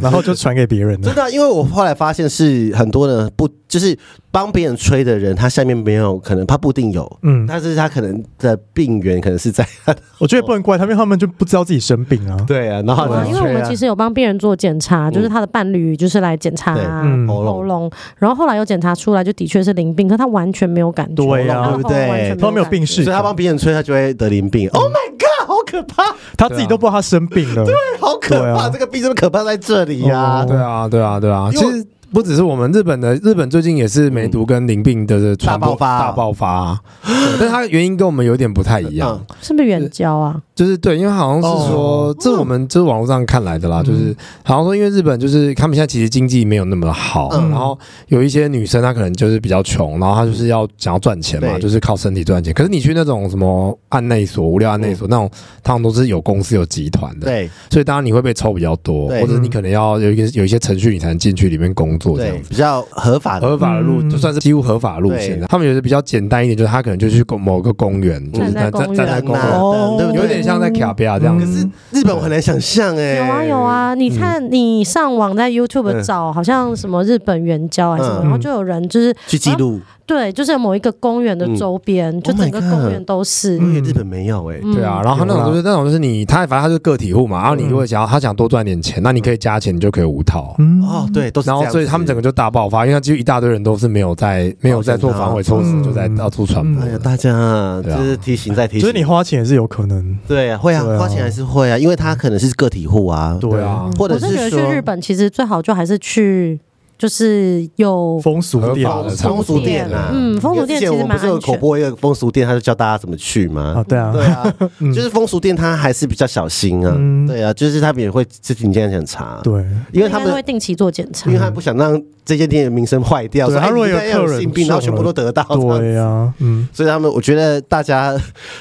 Speaker 2: 然后就传给别人
Speaker 1: 真
Speaker 2: 了。
Speaker 1: 的啊，因为我后来发现是很多人不就是帮别人吹的人，他下面没有可能他不一定有，
Speaker 2: 嗯，
Speaker 1: 但是他可能的病源可能是在他 的
Speaker 2: 我觉得不能怪他们，因为他们就不知道自己生病啊。
Speaker 1: 对啊，然后
Speaker 4: 对啊因为我们其
Speaker 1: 实
Speaker 4: 实有帮病人做检查，就是他的伴侣就是来检查啊
Speaker 1: 对
Speaker 2: 嗯
Speaker 1: 喉
Speaker 4: 喉
Speaker 1: 咙
Speaker 4: 咙，然后后来有检查出来，就的确是淋病，可他完全没有感觉，
Speaker 2: 对啊
Speaker 4: 他
Speaker 1: 对
Speaker 4: 的
Speaker 1: 不
Speaker 4: 喉咙完
Speaker 1: 对
Speaker 4: 全
Speaker 2: 他没有
Speaker 4: 感
Speaker 2: 病
Speaker 4: 觉
Speaker 2: 史，
Speaker 1: 所以他帮别人吹，他就会得淋病。Oh
Speaker 3: 嗯
Speaker 1: my god，好可怕，
Speaker 2: 他自己都不知道他生病了。
Speaker 1: 好可
Speaker 2: 对
Speaker 1: 怕，
Speaker 2: 啊
Speaker 1: 这个病这么可怕在这里呀、
Speaker 2: 哦
Speaker 3: 对啊对啊对啊，
Speaker 1: 因
Speaker 3: 其
Speaker 1: 为我
Speaker 3: 实。不只是我们日本的，日本最近也是梅毒跟淋病的传播
Speaker 1: 大爆发
Speaker 3: 大爆发啊，对但它的原因跟我们有点不太一样。
Speaker 1: 嗯
Speaker 4: 是不是援交啊？
Speaker 3: 就是对，因为好像是说，
Speaker 1: 哦
Speaker 3: 这我们就是网络上看来的啦，
Speaker 1: 嗯
Speaker 3: 就是好像说，因为日本就是他们现在其实经济没有那么好，
Speaker 1: 嗯
Speaker 3: 然后有一些女生她可能就是比较穷，然后她就是要想要赚钱嘛，
Speaker 1: 对
Speaker 3: 就是靠身体赚钱。可是你去那种什么案内所、无料案内所、那种，他们都是有公司有集团的，
Speaker 1: 嗯对
Speaker 3: 所以当然你会被抽比较多，
Speaker 1: 对嗯
Speaker 3: 或者你可能要有一个有一些程序你才能进去里面工作这
Speaker 1: 对
Speaker 3: 样，子。
Speaker 1: 比较合法的
Speaker 3: 合法的路、
Speaker 2: 嗯
Speaker 3: 就算是几乎合法路线的，他们有些比较简单一点，就是他可能就去公某个公园，
Speaker 1: 嗯
Speaker 3: 就是
Speaker 4: 站在公园
Speaker 3: 站在公
Speaker 1: 公园
Speaker 3: 园，
Speaker 2: 哦
Speaker 1: 啊对不对？
Speaker 3: 有点像在卡比亚这样子。
Speaker 1: 嗯可是日本我很难想象哎、
Speaker 4: 有啊有啊，你看你
Speaker 1: 嗯
Speaker 4: 上网在 YouTube 找，好像什么日本援交还是什么，
Speaker 2: 嗯
Speaker 4: 然后就有人就是
Speaker 1: 去记录，
Speaker 4: 对，就是有某一个公园的周边，就
Speaker 1: Oh my
Speaker 4: 整个
Speaker 1: God
Speaker 4: 公园都是。
Speaker 3: 嗯
Speaker 1: 因为日本没有哎、
Speaker 4: 嗯
Speaker 3: 对啊，然后他那种就是那种就是你他反正他就是个体户嘛，然
Speaker 1: 嗯
Speaker 3: 后你如果想要他想多赚点钱，那你可以加钱，你就可以五套。啊
Speaker 2: 嗯
Speaker 1: 哦，，对，都是这
Speaker 3: 然
Speaker 1: 样子。
Speaker 3: 后所以他们整个就大爆发，因为他几乎一大堆人都是没有在没有在做防伪措施，
Speaker 2: 嗯
Speaker 3: 就在到处传播
Speaker 1: 哎。呀，大家啊
Speaker 3: 对啊
Speaker 1: 就是提醒再提
Speaker 2: 就
Speaker 1: 醒，
Speaker 2: 是你花钱也是有可能，
Speaker 1: 对啊，会啊，
Speaker 2: 对啊
Speaker 1: 花钱还是会啊，因为他可能是个体户啊，
Speaker 3: 对啊，
Speaker 1: 或者
Speaker 4: 我是觉得去
Speaker 1: 说
Speaker 4: 日本其实最好就还是去，就是有
Speaker 2: 风俗店
Speaker 3: 合法的
Speaker 1: 风俗店啊，
Speaker 4: 嗯风俗店其实
Speaker 1: 因为之前我们不是有
Speaker 4: 蛮安全
Speaker 1: 口播一个风俗店，他就教大家怎么去
Speaker 2: 啊，
Speaker 1: 吗？
Speaker 2: 对啊，
Speaker 1: 对啊，
Speaker 2: 嗯
Speaker 1: 就是风俗店他还是比较小心啊，
Speaker 2: 嗯
Speaker 1: 对啊，就是他们也会自己这样检查，，
Speaker 2: 对，
Speaker 1: 因为他
Speaker 4: 应该都会
Speaker 1: 们。
Speaker 4: 定期做检查
Speaker 1: 因为。他不想让这间店的名声坏掉，
Speaker 2: 对
Speaker 1: 所以
Speaker 2: 他如果有客人
Speaker 1: 性病，然后
Speaker 2: 中
Speaker 1: 全
Speaker 2: 了
Speaker 1: 部都得到，
Speaker 2: 对啊，嗯，
Speaker 1: 所以他们，我觉得大家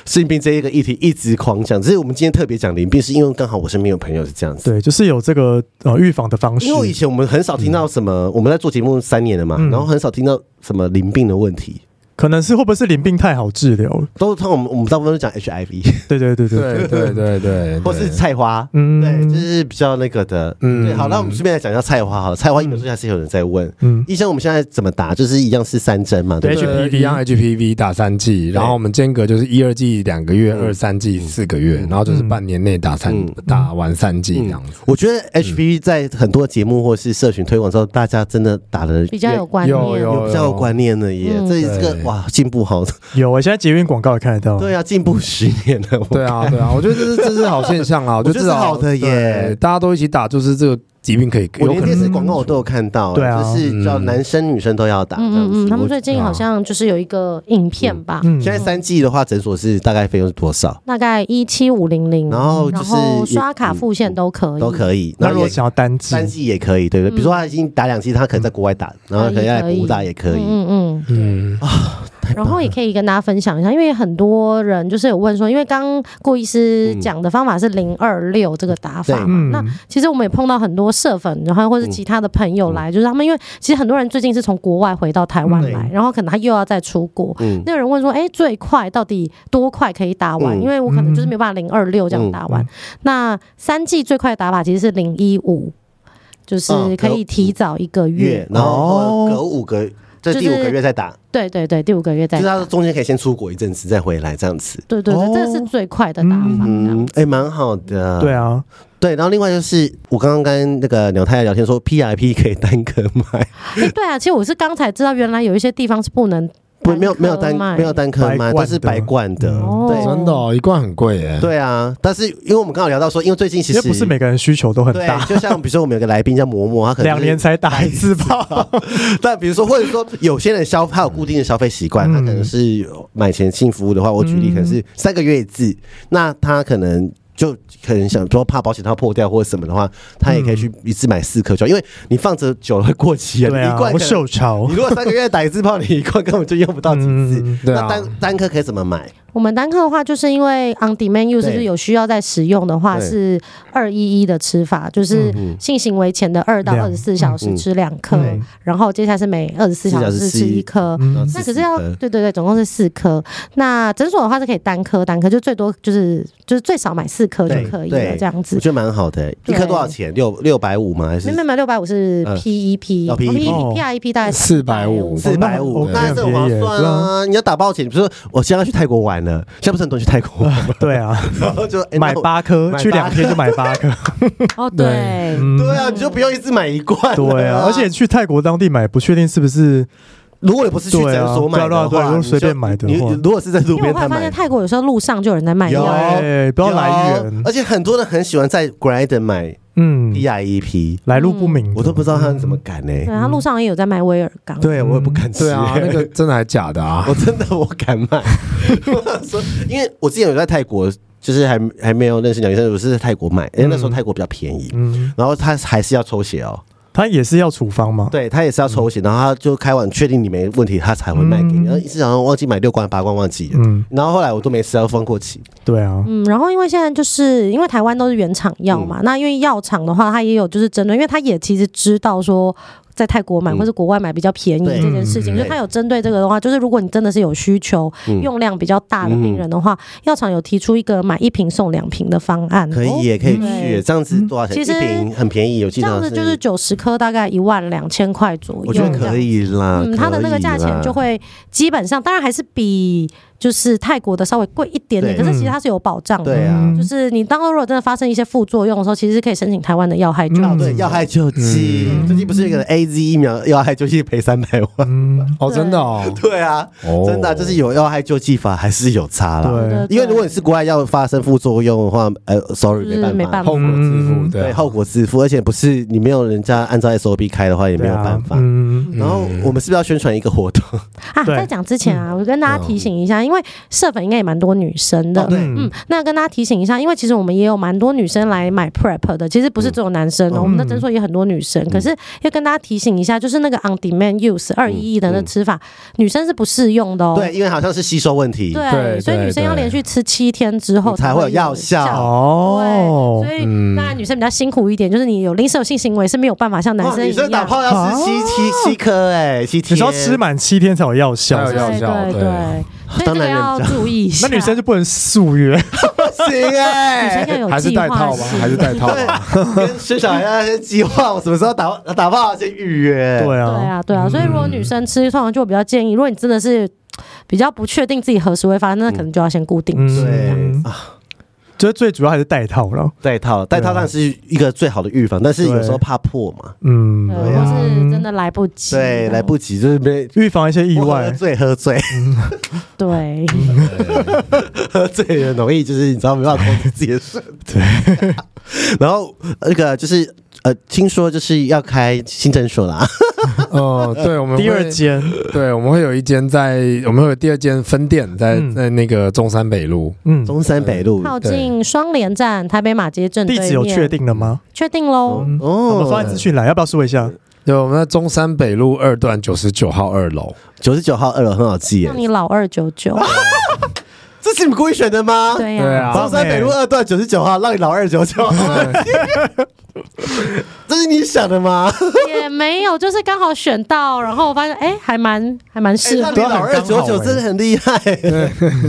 Speaker 1: 性病这一个议题一直狂讲，只是我们今天特别讲淋病，是因为刚好我身边有朋友是这样子。
Speaker 2: 对，就是有这个呃预防的方式
Speaker 1: 因，为以前我们很少听到什么，我们在做节目三年了嘛，
Speaker 2: 嗯
Speaker 1: 然后很少听到什么淋病的问题，
Speaker 2: 可能是会不会是淋病太好治疗 了？
Speaker 1: 都通常我们我们大部分都讲 HIV
Speaker 2: 对对对对，
Speaker 3: 对对对对，
Speaker 1: 或是菜花，
Speaker 2: 嗯，
Speaker 1: 对，就是比较那个的。
Speaker 3: 嗯
Speaker 1: 对，好，那我们顺便来讲一下菜花好了，菜花疫苗最近还是有人在问，
Speaker 2: 嗯
Speaker 1: 医生我们现在怎么打？就是一样是三针嘛，对
Speaker 2: 对
Speaker 1: 不对？
Speaker 3: HPV 一样 HPV 打三剂，然后我们间隔就是一二剂两个月，二三剂四个月，然后就是半年内打三
Speaker 1: 嗯
Speaker 3: 打完三剂这样子。
Speaker 1: 我觉得 HPV
Speaker 2: 嗯
Speaker 1: 在很多节目或是社群推广之后，大家真的打的
Speaker 4: 比较有观念，
Speaker 3: 有有
Speaker 1: 有比较有观念了耶，
Speaker 4: 嗯
Speaker 1: 这这个
Speaker 3: 对
Speaker 1: 哇进步好，
Speaker 2: 有，我现在捷运广告也看得到，
Speaker 1: 对啊，进步十年了，
Speaker 3: 对啊，对啊，我觉得这是这是好现 象啊，我觉
Speaker 1: 觉
Speaker 3: 得
Speaker 1: 得
Speaker 3: 至
Speaker 1: 是
Speaker 3: 少
Speaker 1: 好的耶
Speaker 3: 对大家都一起打，就是这个疾病可以
Speaker 1: 我
Speaker 3: 有
Speaker 1: 连
Speaker 3: 可
Speaker 1: 电视
Speaker 3: 能
Speaker 1: 广告我都有看到，
Speaker 2: 对啊
Speaker 1: 就是叫男生女生都要打这样
Speaker 4: 嗯嗯
Speaker 1: 子。
Speaker 4: 嗯，他们
Speaker 1: 我
Speaker 4: 最近好像就是有一个影片吧，
Speaker 2: 嗯，
Speaker 1: 现在三 G 的话，诊所是大概费用是多少？
Speaker 4: 大概一七五零零，
Speaker 1: 然后就是也嗯
Speaker 4: 刷卡付现都可以，
Speaker 1: 都可以。
Speaker 2: 那如果
Speaker 1: 也
Speaker 2: 想要单机，
Speaker 1: 三 G 也可以，对不对？比如说他已经打两 G，他可能在国外打，然后可能在补打也可以。
Speaker 4: 嗯嗯
Speaker 3: 嗯，
Speaker 1: 哦
Speaker 4: 嗯，然后也可以跟大家分享一下，因为很多人就是有问说，因为刚顾医师
Speaker 1: 嗯
Speaker 4: 讲的方法是零二六这个打法嘛，
Speaker 2: 嗯
Speaker 4: 那其实我们也碰到很多社粉，然后或是其他的朋友
Speaker 2: 嗯
Speaker 4: 来，就是他们因为其实很多人最近是从国外回到台湾来，然后可能他又要再出国。
Speaker 1: 嗯，
Speaker 4: 那有人问说，哎、最快到底多快可以打完？
Speaker 1: 嗯
Speaker 4: 因为我可能就是没办法零二六这样打完。
Speaker 2: 嗯
Speaker 4: 那三季最快的打法其实是零一五，就是
Speaker 1: 嗯
Speaker 4: 可以提早一个
Speaker 2: 啊
Speaker 4: 月
Speaker 1: 月，。然后
Speaker 2: 哦
Speaker 1: 隔五个，这第五个月再打，
Speaker 4: 对对对，第五个月
Speaker 1: 就
Speaker 4: 再
Speaker 1: 是他中间可以先出国一阵子再回来这样子。
Speaker 4: 对对对，
Speaker 2: 哦
Speaker 4: 这是最快的打法。这样
Speaker 1: 嗯，哎，蛮好的。
Speaker 2: 对啊，
Speaker 1: 对，然后另外就是我刚刚跟那个鸟太太聊天说，PRP 可以单个卖，
Speaker 4: 哎、对啊，其实我是刚才知道，原来有一些地方是不能
Speaker 1: 不没有没有单
Speaker 4: 单颗卖
Speaker 1: 没有单颗
Speaker 2: 白
Speaker 1: 卖，
Speaker 2: 罐
Speaker 1: 都是
Speaker 2: 的
Speaker 1: 白罐的。
Speaker 4: 哦
Speaker 1: 对，
Speaker 3: 真的哦一罐很贵耶。
Speaker 1: 对啊，但是因为我们刚好聊到说，因为最近其
Speaker 2: 因为
Speaker 1: 实
Speaker 2: 不是每个人需求都很
Speaker 1: 对，
Speaker 2: 大，
Speaker 1: 就像比如说我们有个来宾叫嬷嬷，她可能就是
Speaker 2: 两年才打一次炮，
Speaker 1: 但比如说或者说有些人消他有固定的消费习惯，
Speaker 2: 嗯
Speaker 1: 他可能是有买前性服务的话，我举例
Speaker 2: 嗯
Speaker 1: 可能是三个月一次，那他可能。就可能想说怕保险套破掉或者什么的话，他也可以去一次买四颗就好，因为你放着久了会过期
Speaker 2: 嗯对
Speaker 1: 你
Speaker 2: 啊
Speaker 1: 一，罐
Speaker 2: 我
Speaker 1: 可能
Speaker 2: 受潮
Speaker 1: 你，如果三个月打一次炮，你一罐根本就用不 到几次。
Speaker 2: 嗯，
Speaker 3: 对
Speaker 1: 那
Speaker 3: 啊，
Speaker 1: 单单颗可以怎么买？
Speaker 4: 我们单课的话，就是因为 on demand use
Speaker 1: 对
Speaker 4: 就是有需要在使用的话，
Speaker 1: 对
Speaker 4: 是二一一的吃法，就是性行为前的二到
Speaker 2: 两
Speaker 4: 二十四小时
Speaker 1: 嗯
Speaker 4: 吃两颗，
Speaker 2: 对
Speaker 4: 然后接下来是每二十四小
Speaker 1: 四小时
Speaker 4: 时
Speaker 1: 吃
Speaker 4: 吃一颗。
Speaker 2: 嗯
Speaker 1: 然后吃
Speaker 4: 那可是
Speaker 1: 四
Speaker 4: 要
Speaker 1: 颗
Speaker 4: 对对对，总共是四颗。那诊所的话是可以单颗单颗，就最多就是就是最少买四颗就
Speaker 1: 对
Speaker 4: 可以
Speaker 1: 对
Speaker 4: 了，这样
Speaker 1: 我
Speaker 4: 子。
Speaker 1: 觉得蛮好的、欸一
Speaker 4: 对
Speaker 1: 颗多少钱？六六百五吗？还是
Speaker 4: 没没没，六百五是
Speaker 1: 呃
Speaker 4: P E P，
Speaker 1: 哦
Speaker 4: P
Speaker 1: PEP
Speaker 4: P I P 大 概
Speaker 3: 450
Speaker 1: 四百
Speaker 2: 哦
Speaker 1: 五，哎
Speaker 2: 那
Speaker 1: 那还是很划
Speaker 2: 很便宜耶
Speaker 1: 算啊！你要打包钱，比如说我现在要去泰国玩了，现在不是很多人去泰国玩吗，
Speaker 2: 对啊，
Speaker 1: 然 后就 哎
Speaker 2: 买
Speaker 1: 那我
Speaker 2: 八颗，
Speaker 1: 买
Speaker 2: 去
Speaker 1: 八
Speaker 2: 两天就买八 颗，
Speaker 4: 哦对，
Speaker 2: 嗯
Speaker 1: 对啊，你就不用一次买一罐。
Speaker 2: 对啊，而且去泰国当地买，不确定是不是
Speaker 1: 如果你不是去诊所买
Speaker 2: 对
Speaker 1: 的
Speaker 2: 啊对啊对啊
Speaker 1: 话，
Speaker 2: 如果
Speaker 1: 你就
Speaker 2: 随便买的话
Speaker 1: 你你如果是在路
Speaker 4: 因
Speaker 1: 边
Speaker 4: 为我后来
Speaker 1: 摊
Speaker 4: 发
Speaker 1: 买
Speaker 4: 现，泰国有时候路上就有人在卖
Speaker 1: 有
Speaker 4: 药，
Speaker 2: 对，哎不要来
Speaker 1: 有啊
Speaker 2: 源
Speaker 1: 而，且很多人很喜欢在 Grind 买
Speaker 2: 嗯，
Speaker 1: P I E P，
Speaker 2: 来路不明，嗯
Speaker 1: 我都不知道他们怎么敢欸呢
Speaker 4: 对，？他路上也有在卖威尔刚。
Speaker 1: 对我也不敢吃
Speaker 3: 对啊，那个真的还假的啊
Speaker 1: 我？真的我敢 买，我说，因为我之前有在泰国，就是还还没有认识鸟医生，我是在泰国买，因为那时候泰国比较便宜，
Speaker 2: 嗯，
Speaker 1: 然后他还是要抽血哦，
Speaker 4: 嗯
Speaker 2: 他也是要处方嘛，
Speaker 1: 对他也是要抽血，然后他就开完确定你没问题，他才会卖给你，
Speaker 2: 嗯
Speaker 1: 然后一直好像忘记买六罐八罐忘记了，
Speaker 2: 嗯，
Speaker 1: 然后后来我都没吃，要放过期，
Speaker 2: 对啊，
Speaker 4: 嗯，然后因为现在就是因为台
Speaker 1: 嗯
Speaker 4: 湾都是原厂药嘛，那因为药厂的话，它也有就是针对，因为它也其实知道说。在泰国买
Speaker 1: 嗯
Speaker 4: 或者国外买比较便宜
Speaker 1: 对
Speaker 4: 这件事情，
Speaker 3: 嗯
Speaker 4: 就它有针对这个的话，就是如果你真的是有需求、
Speaker 1: 嗯
Speaker 4: 用量比较大的病人的话，药厂有提出一个买一瓶送两瓶的方案。
Speaker 1: 可以也可以去耶，
Speaker 4: 哦对嗯
Speaker 1: 这样子多少钱？
Speaker 4: 其实
Speaker 1: 一瓶很便宜，有记
Speaker 4: 这
Speaker 1: 得
Speaker 4: 样子就是九十颗，大概一万两千块左右。
Speaker 1: 我觉得可以啦，
Speaker 4: 嗯，它的那个
Speaker 1: 可
Speaker 4: 价
Speaker 1: 以
Speaker 4: 钱
Speaker 1: 啦
Speaker 4: 就会基本上，当然还是比就是泰国的稍微贵一点点，
Speaker 1: 对
Speaker 4: 可是其实它是有保障的。
Speaker 1: 对啊，
Speaker 4: 就是你当如果真的发生一些副作用的时候，其实是可以申请台湾的药害救济。
Speaker 3: 嗯
Speaker 1: 对，要害救济，
Speaker 3: 嗯
Speaker 1: 最近不是有一个 A Z 疫苗要害救济赔三百万？
Speaker 2: 嗯，
Speaker 3: 哦，
Speaker 4: 对
Speaker 3: 真的哦，
Speaker 1: 对啊，
Speaker 3: 哦
Speaker 1: 真的啊就是有要害救济法还是有差啦。
Speaker 2: 对，
Speaker 1: 因为如果你是国外要发生副作用的话，呃，sorry，
Speaker 4: 就是
Speaker 1: 没办
Speaker 4: 嗯没
Speaker 1: 法
Speaker 4: 办，
Speaker 3: 后果自负，
Speaker 2: 嗯
Speaker 1: 对，
Speaker 3: 对，
Speaker 1: 后果自负，而且不是你没有人家按照 SOP 开的话，也没有办法
Speaker 2: 对啊。嗯，
Speaker 1: 然后我们是不是要宣传一个活动？
Speaker 4: 啊，
Speaker 2: 对
Speaker 4: 在讲之前啊，我跟大家提醒一下，因为社粉应该也蛮多女生
Speaker 1: 哦
Speaker 4: 的。嗯，那跟大家提醒一下，因为其实我们也有蛮多女生来买 Prep 的，其实不是只有男生哦，
Speaker 1: 嗯
Speaker 4: 我们的诊所也很多女生。可是要跟大家提醒一下，就是那个 on demand use 二一一的那吃法，女生是不适用的哦。
Speaker 1: 嗯对，因为好像是吸收问题，
Speaker 3: 对
Speaker 4: 对，啊所以
Speaker 3: 对
Speaker 4: 女生要
Speaker 3: 对
Speaker 4: 连续吃七天之后
Speaker 1: 你才会有药效
Speaker 2: 哦
Speaker 4: 对，，所以
Speaker 3: 嗯
Speaker 4: 当然女生比较辛苦一点，就是你有临时有性行为是没有办法像男
Speaker 1: 哇
Speaker 4: 生
Speaker 1: 女
Speaker 4: 一
Speaker 1: 生打
Speaker 4: 样。
Speaker 1: 炮要吃七七七颗哎，七
Speaker 2: 你
Speaker 1: 天
Speaker 2: 是要吃满七天才有药效
Speaker 3: 才，有
Speaker 4: 对
Speaker 3: 药
Speaker 4: 对
Speaker 3: 效对
Speaker 4: 对，所以这
Speaker 1: 当
Speaker 4: 个
Speaker 1: 男人
Speaker 4: 要
Speaker 1: 比较
Speaker 4: 注意一下。
Speaker 2: 那女生就不能 速约，
Speaker 1: 不行哎，
Speaker 4: 女生要有
Speaker 3: 哦还是
Speaker 4: 计
Speaker 3: 带
Speaker 4: 划
Speaker 3: 套吗？
Speaker 4: 性
Speaker 3: 还是带套吗？
Speaker 1: 对，跟生小孩要先计划，我什么时候打打炮先预约。
Speaker 2: 对
Speaker 4: 对
Speaker 2: 啊，
Speaker 4: 啊，对啊，所以如果女生吃，通常就比较建议，如果你真的是比较不确定自己何时会发生，那可能就要先固定吃。
Speaker 2: 嗯，
Speaker 1: 啊
Speaker 2: 就是最主要还是带套了，
Speaker 1: 带套，带套当然是一个最好的预防，但是有时候怕破嘛，
Speaker 2: 嗯，
Speaker 4: 对，
Speaker 1: 啊
Speaker 4: 或是真的来不及，
Speaker 1: 对，来不及就是被
Speaker 2: 预防一些哦意
Speaker 1: 我喝
Speaker 2: 外，
Speaker 1: 醉喝醉
Speaker 4: 对，
Speaker 2: 嗯
Speaker 1: 喝醉很容易就是你知道没办法控制自己的身体。对， 然后那个就是呃，听说就是要开新诊所啦，
Speaker 3: 哦，对，我们
Speaker 2: 第二
Speaker 3: 会
Speaker 2: 间，
Speaker 3: 对，我们会有一间在，我们会有第二间分店在、
Speaker 2: 嗯
Speaker 3: 在那个中山北路，
Speaker 2: 嗯，
Speaker 1: 中山北路。
Speaker 4: 靠近双连站台北马街正对
Speaker 2: 地
Speaker 4: 面，
Speaker 2: 址有确定了吗？
Speaker 4: 确定喽。
Speaker 2: 嗯
Speaker 1: 哦
Speaker 2: 我们放在资讯栏，要不要说一下？
Speaker 3: 对，我们在中山北路二段九十九号二楼，
Speaker 1: 九十九号二楼很好记耶
Speaker 4: 让，你老二九九，
Speaker 1: 啊这是你们故意选的吗？
Speaker 4: 对
Speaker 3: 对
Speaker 4: 呀，
Speaker 3: 啊
Speaker 1: 中山北路二段九十九号，让你老二九 九，
Speaker 2: 嗯
Speaker 1: 这是你想的吗？
Speaker 4: 也没有，就是刚好选到，然后我发现哎，还蛮还蛮适
Speaker 1: 哎那
Speaker 4: 合
Speaker 1: 你老二九九
Speaker 2: 欸
Speaker 1: 真的很厉害，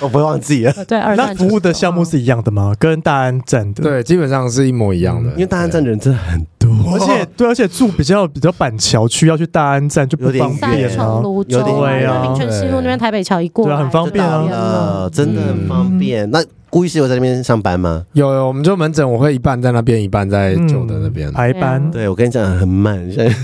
Speaker 1: 我不会忘记了，
Speaker 4: 的，对，二
Speaker 2: 那
Speaker 4: 段
Speaker 2: 服务的项目
Speaker 4: 99
Speaker 2: 是一样的
Speaker 4: 哦
Speaker 2: 吗？跟大安站的，，
Speaker 3: 对，基本上是一模一样的，
Speaker 1: 嗯因为大安站人真的很多，
Speaker 2: 而且对，而且住比较比较板桥区，要去大安站就不
Speaker 1: 有点
Speaker 2: 方
Speaker 4: 三
Speaker 2: 便
Speaker 1: 远
Speaker 2: 啊
Speaker 4: 重。泸州
Speaker 1: 有点
Speaker 2: 远
Speaker 4: 啊，民权西路那边台北桥一过
Speaker 2: 对
Speaker 4: 来，
Speaker 2: 啊很方便啊
Speaker 4: 就到了
Speaker 1: 呃，真的很方便。那顾医师有在那边上班吗？
Speaker 3: 有有，我们就门诊我会一半在那边，一半在旧的那边。
Speaker 2: 嗯排班，
Speaker 1: 对，我跟你讲很慢，现在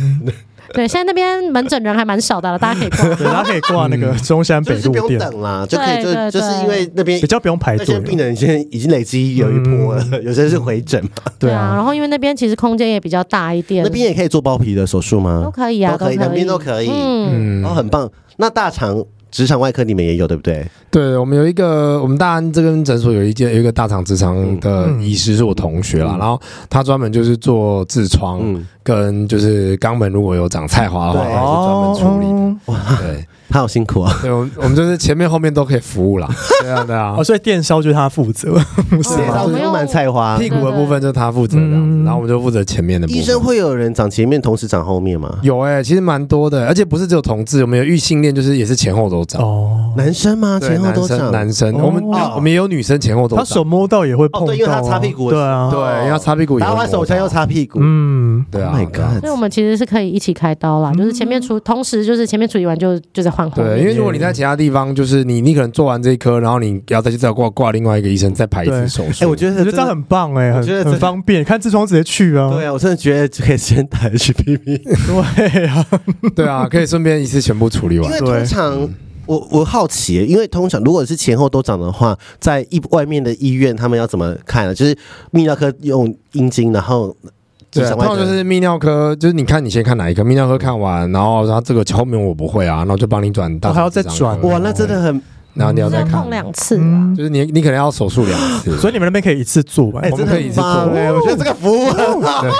Speaker 4: 对，现在那边门诊人还蛮少的了，大家可以逛。
Speaker 2: 对，啊大家可以挂那个
Speaker 1: 啊
Speaker 2: 中 山
Speaker 1: 就
Speaker 2: 北
Speaker 1: 是不
Speaker 2: 路
Speaker 1: 用
Speaker 2: 店，
Speaker 1: 等啦，就可以就
Speaker 4: 对对
Speaker 1: 就是因为那边
Speaker 2: 比较不用排
Speaker 1: 嗯那些
Speaker 2: 队
Speaker 1: 病
Speaker 2: 了，
Speaker 1: 人现在已经累积有一波
Speaker 2: 嗯
Speaker 1: 了，有些是回诊嘛，
Speaker 4: 对
Speaker 2: 对
Speaker 4: 啊，
Speaker 2: 啊，
Speaker 4: 然后因为那边其实空间也比较大一点，
Speaker 1: 那边也可以做包皮的手术
Speaker 4: 都
Speaker 1: 吗？
Speaker 4: 可以啊，
Speaker 1: 都可以两边都可以
Speaker 4: 嗯，
Speaker 3: 嗯
Speaker 1: 哦，，很棒。那大肠直肠外科你们也有对不对？
Speaker 3: 对，我们有一个，我们大安这边诊所有一间有一个大肠直肠的医师是我同学啦，然后他专门就是做痔疮
Speaker 1: 嗯，
Speaker 3: 跟就是肛门如果有长菜花的话，
Speaker 1: 对啊
Speaker 3: 他是专门处理
Speaker 2: 哦，
Speaker 3: 的。对，
Speaker 1: 他好辛苦啊，
Speaker 3: 对，我们我们就是前面后面都可以服 务啦。对啊，对啊
Speaker 2: 哦，，所以电销就是他负责，
Speaker 1: 啊
Speaker 4: 是
Speaker 1: 脸上充满菜花。
Speaker 3: 屁股的部分就他负责这样子，然后我们就负责前面的部
Speaker 1: 嗯
Speaker 3: 分。
Speaker 1: 医生会有人长前面，同时长后面吗？
Speaker 2: 嗯
Speaker 3: 有哎、其实蛮多的，而且不是只有同志，我们有异性恋，就是也是前后都长。
Speaker 2: 哦，
Speaker 1: 男生吗？
Speaker 3: 对，
Speaker 1: 前后
Speaker 3: 男
Speaker 1: 都
Speaker 3: 生
Speaker 1: 长。
Speaker 3: 男生，
Speaker 2: 哦
Speaker 3: 我们我们也有女生前后都
Speaker 2: 他
Speaker 3: 长。
Speaker 2: 手摸到也会
Speaker 1: 哦
Speaker 2: 碰到啊，
Speaker 1: 对因为他擦屁股的
Speaker 2: 对啊，
Speaker 3: 对，因为他擦屁股也会
Speaker 1: 打
Speaker 3: 摸到，
Speaker 1: 完手枪又擦屁股。
Speaker 2: 嗯，
Speaker 3: 对啊
Speaker 1: Oh my
Speaker 3: 对啊
Speaker 1: god！
Speaker 4: 所以我们其实是可以一起开刀啦，就是前面处，同时就是前面处理完就就再换后
Speaker 3: 对，因
Speaker 4: 面。
Speaker 3: 为如果你在其他地方，就是你你可能做完这一科，然后你要再去再挂挂另外一个医生再排一次
Speaker 2: 对
Speaker 3: 手术。
Speaker 1: 哎，我觉
Speaker 2: 我
Speaker 1: 得真
Speaker 2: 觉得这样
Speaker 1: 的
Speaker 2: 很棒哎，
Speaker 1: 我觉得真
Speaker 2: 很
Speaker 1: 的
Speaker 2: 很方便，看痔疮直接去啊，
Speaker 1: 对啊，我真的觉得可以先打 HPV，
Speaker 2: 对啊，
Speaker 3: 对啊，可以顺便一次全部处理
Speaker 1: 因
Speaker 3: 完
Speaker 1: 为。
Speaker 2: 对
Speaker 1: 通常。我我好奇，因为通常如果是前后都长的话，在一外面的医院，他们要怎么看呢？就是泌尿科用阴茎，然后直
Speaker 3: 对啊，
Speaker 1: 肠
Speaker 3: 通
Speaker 1: 外
Speaker 3: 常
Speaker 1: 科
Speaker 3: 就是泌尿科，就是你看你先看哪一科，泌尿科看完，然后他这个后面我不会啊，然后就帮你转到
Speaker 2: 我还要再转
Speaker 1: 哇，那真的很
Speaker 3: 然后你要
Speaker 4: 就是
Speaker 3: 再
Speaker 4: 要
Speaker 3: 看
Speaker 4: 碰，两次啊，
Speaker 2: 嗯
Speaker 3: 就是你你可能要手术两次，
Speaker 2: 所以你们那边可以一次做
Speaker 1: 哎，
Speaker 2: 完，
Speaker 3: 我
Speaker 1: 真
Speaker 3: 们
Speaker 1: 的
Speaker 3: 可以一
Speaker 1: 很
Speaker 3: 直做
Speaker 1: 棒哎！我觉得这个服务很好，哎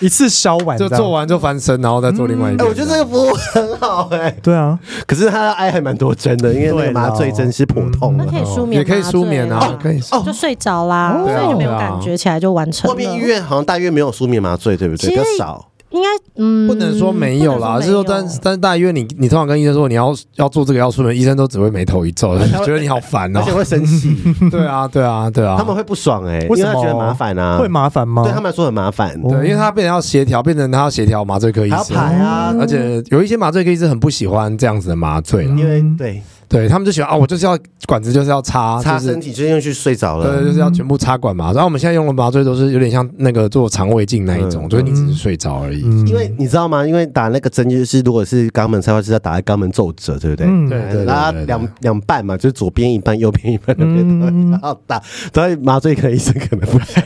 Speaker 2: 一次消完，
Speaker 3: 就做，完就翻身，然后再做另外一
Speaker 1: 哎，
Speaker 3: 个。
Speaker 1: 我觉得这个服务很好哎。
Speaker 2: 对啊，
Speaker 1: 可是他挨还蛮多针的，因为那个
Speaker 2: 对啦
Speaker 1: 麻醉针是破痛
Speaker 4: 那
Speaker 1: 的
Speaker 4: 可。以舒眠，
Speaker 3: 也可以舒眠啊，可以
Speaker 1: 哦
Speaker 4: 就睡着啦，
Speaker 3: 对
Speaker 4: 所
Speaker 3: 啊
Speaker 4: 以就没有感觉起来就完成
Speaker 1: 外
Speaker 4: 了。
Speaker 1: 面医院好像大约没有舒眠麻醉，对不对？比
Speaker 4: 其实
Speaker 1: 较少。
Speaker 4: 应该嗯，
Speaker 3: 不能说没有啦，
Speaker 4: 不
Speaker 3: 是
Speaker 4: 能没有
Speaker 3: 说但但是大医院你你通常跟医生说你要要做这个要出门，医生都只会眉头 一皱，
Speaker 1: 而且会
Speaker 3: 觉得你好烦哦
Speaker 1: 而。且会生气，
Speaker 3: 对啊，对啊，对 啊，
Speaker 1: 他们会不爽哎，因
Speaker 2: 为什
Speaker 1: 他
Speaker 2: 么
Speaker 1: 觉得麻烦啊，
Speaker 2: 会麻烦吗？
Speaker 1: 对他们来说很麻烦，
Speaker 2: 哦
Speaker 3: 对，因为他变成要协调，变成他要协调麻醉哦科医
Speaker 1: 还要
Speaker 3: 生，
Speaker 1: 排啊，
Speaker 3: 而且有一些麻醉科医生很不喜欢这样子的麻醉啦，
Speaker 1: 因为
Speaker 2: 嗯
Speaker 1: 对
Speaker 3: 对他们就喜欢啊，我就是要管子就是要插，
Speaker 1: 擦
Speaker 3: 就是
Speaker 1: 身体啊就因为呃去睡着了，
Speaker 3: 对，就是
Speaker 4: 嗯
Speaker 3: 要全部插管麻。然后我们现在用的麻醉都是有点像那个做肠胃镜那一种，
Speaker 1: 嗯
Speaker 3: 就是你只是睡着而已。
Speaker 2: 嗯
Speaker 1: 因为你知道吗？因为打那个针就是，如果是肛门拆坏，是要打在肛门皱褶，对不对？
Speaker 2: 嗯
Speaker 3: 对对对
Speaker 1: 然后它
Speaker 3: 对对
Speaker 1: 两两半嘛，就是左边一半，右边一半，两边都
Speaker 2: 嗯
Speaker 1: 然后打。所以麻醉科医生可能不行。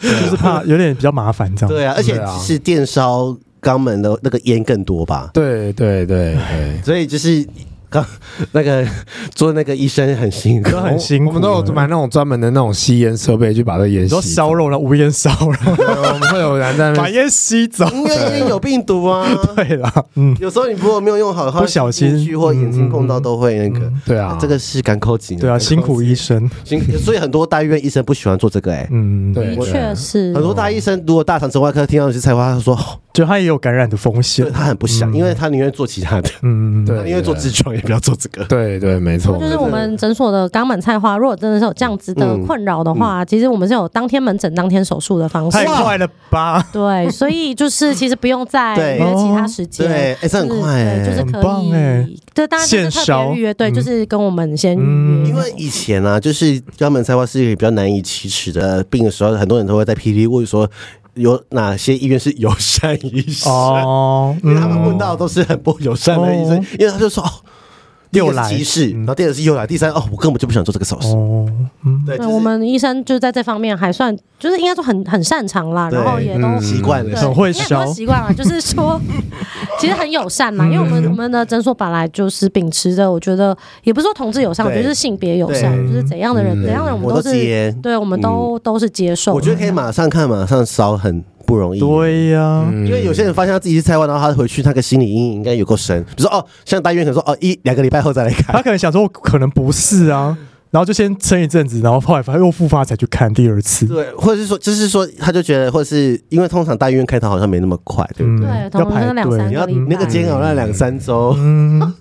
Speaker 2: 就是怕有点比较麻烦这样。
Speaker 1: 对啊，而且
Speaker 3: 对啊
Speaker 1: 是电烧肛门的那个烟更多吧，
Speaker 3: 对对对对，
Speaker 1: 所以就是刚 那个做那个医生很辛苦
Speaker 2: 都。很辛苦
Speaker 3: 我们都有买那种专门的那种吸烟设备去把这烟
Speaker 2: 你
Speaker 3: 吸
Speaker 2: 说
Speaker 3: 走。
Speaker 2: 烧肉了，无烟烧肉，
Speaker 3: 对我们会有人在那
Speaker 2: 把
Speaker 3: 边。
Speaker 2: 烟吸走。
Speaker 1: 因为烟有病毒啊，
Speaker 2: 对啦，嗯，
Speaker 1: 有时候你如果没有用好的话，
Speaker 2: 不小心嗯
Speaker 1: 进去或眼睛碰到都会那个。
Speaker 3: 对啊，
Speaker 1: 这个是港口井，
Speaker 2: 对啊，辛苦医生，
Speaker 1: 辛苦，所以很多大医院医生不喜欢做这个哎。
Speaker 2: 嗯，
Speaker 3: 对
Speaker 4: 的确是
Speaker 1: 很多大医生，如果大肠整外科听到你是菜花，他说哦
Speaker 2: 就他也有感染的风险
Speaker 1: 对。他很不想，因为他宁愿做其他的，
Speaker 2: 嗯，
Speaker 3: 对
Speaker 1: 他宁愿做痔疮也不要做这个。
Speaker 3: 对对，没错，
Speaker 4: 就是
Speaker 3: 没错
Speaker 4: 我们诊所的肛门菜花，如果真的是有这样子的
Speaker 1: 嗯
Speaker 4: 困扰的话，其实我们是有当天门诊、当天手术的方式
Speaker 2: 太。快了吧？
Speaker 4: 对，所以就是其实不用再
Speaker 1: 对
Speaker 4: 约其他时间。
Speaker 1: 对，哎，这很快
Speaker 4: 对就是
Speaker 1: 哎。
Speaker 4: 可
Speaker 2: 很棒哎
Speaker 4: 以，对，当然就是
Speaker 2: 现
Speaker 4: 特
Speaker 2: 烧
Speaker 4: 别预约，对，
Speaker 2: 嗯
Speaker 4: 就是跟我们先预
Speaker 2: 嗯
Speaker 4: 约，
Speaker 1: 因为以前啊，就是肛门菜花是一个比较难以启齿的呃病的时候，很多人都会在 PD 问说有哪些医院是友善医生，
Speaker 2: 哦，
Speaker 1: 因为他们问到
Speaker 2: 嗯
Speaker 1: 的都是很不友善的医生
Speaker 2: 哦，
Speaker 1: 因为他就说哦，第一个
Speaker 2: 又
Speaker 1: 是
Speaker 2: 来
Speaker 1: 歧视，
Speaker 2: 嗯
Speaker 1: 然后第二个是又来，第三哦，我根本就不想做这个手术。
Speaker 2: 哦，嗯，
Speaker 1: 对，
Speaker 4: 对
Speaker 1: 就是
Speaker 4: 我们医生就在这方面还算，就是应该说很很擅长啦，
Speaker 1: 对
Speaker 4: 然后也都
Speaker 3: 嗯
Speaker 1: 习惯
Speaker 4: 对
Speaker 1: 了，
Speaker 2: 很会
Speaker 4: 应该不
Speaker 2: 烧
Speaker 4: 是习惯了，啊就 是说，其实很友善啦，因为我们
Speaker 2: 嗯
Speaker 4: 我们的诊所本来就是秉持着，我觉得也不是说同志友善，我
Speaker 1: 对
Speaker 4: 觉得是性别友善，
Speaker 1: 对
Speaker 4: 就是怎样的人
Speaker 3: 嗯
Speaker 4: 怎样的人我
Speaker 1: 我都
Speaker 4: 们都是，
Speaker 1: 接。
Speaker 4: 对，
Speaker 2: 嗯
Speaker 4: 我们都都是接受的。
Speaker 1: 我觉得可以马上看，马上烧，很不容易。
Speaker 2: 对呀，
Speaker 3: 嗯
Speaker 1: 因为有些人发现他自己是菜花，然后他回去那个心理阴影应该有够深。比如说哦，像大医院可能说哦一两个礼拜后再来看，
Speaker 2: 他可能想说，我可能不是啊，
Speaker 1: 嗯
Speaker 2: 然后就先撑一阵子，然后后来发现又复发才去看第二次。
Speaker 1: 对，或者是说就是说他就觉得，或者是因为通常大医院开刀好像没那么快，对不对？
Speaker 2: 嗯
Speaker 4: 对，
Speaker 2: 要
Speaker 4: 同
Speaker 2: 排
Speaker 4: 那两
Speaker 2: 队
Speaker 4: 三
Speaker 1: 你
Speaker 4: 个
Speaker 1: 要
Speaker 4: 礼拜，
Speaker 1: 那个煎熬那两三周。
Speaker 2: 嗯，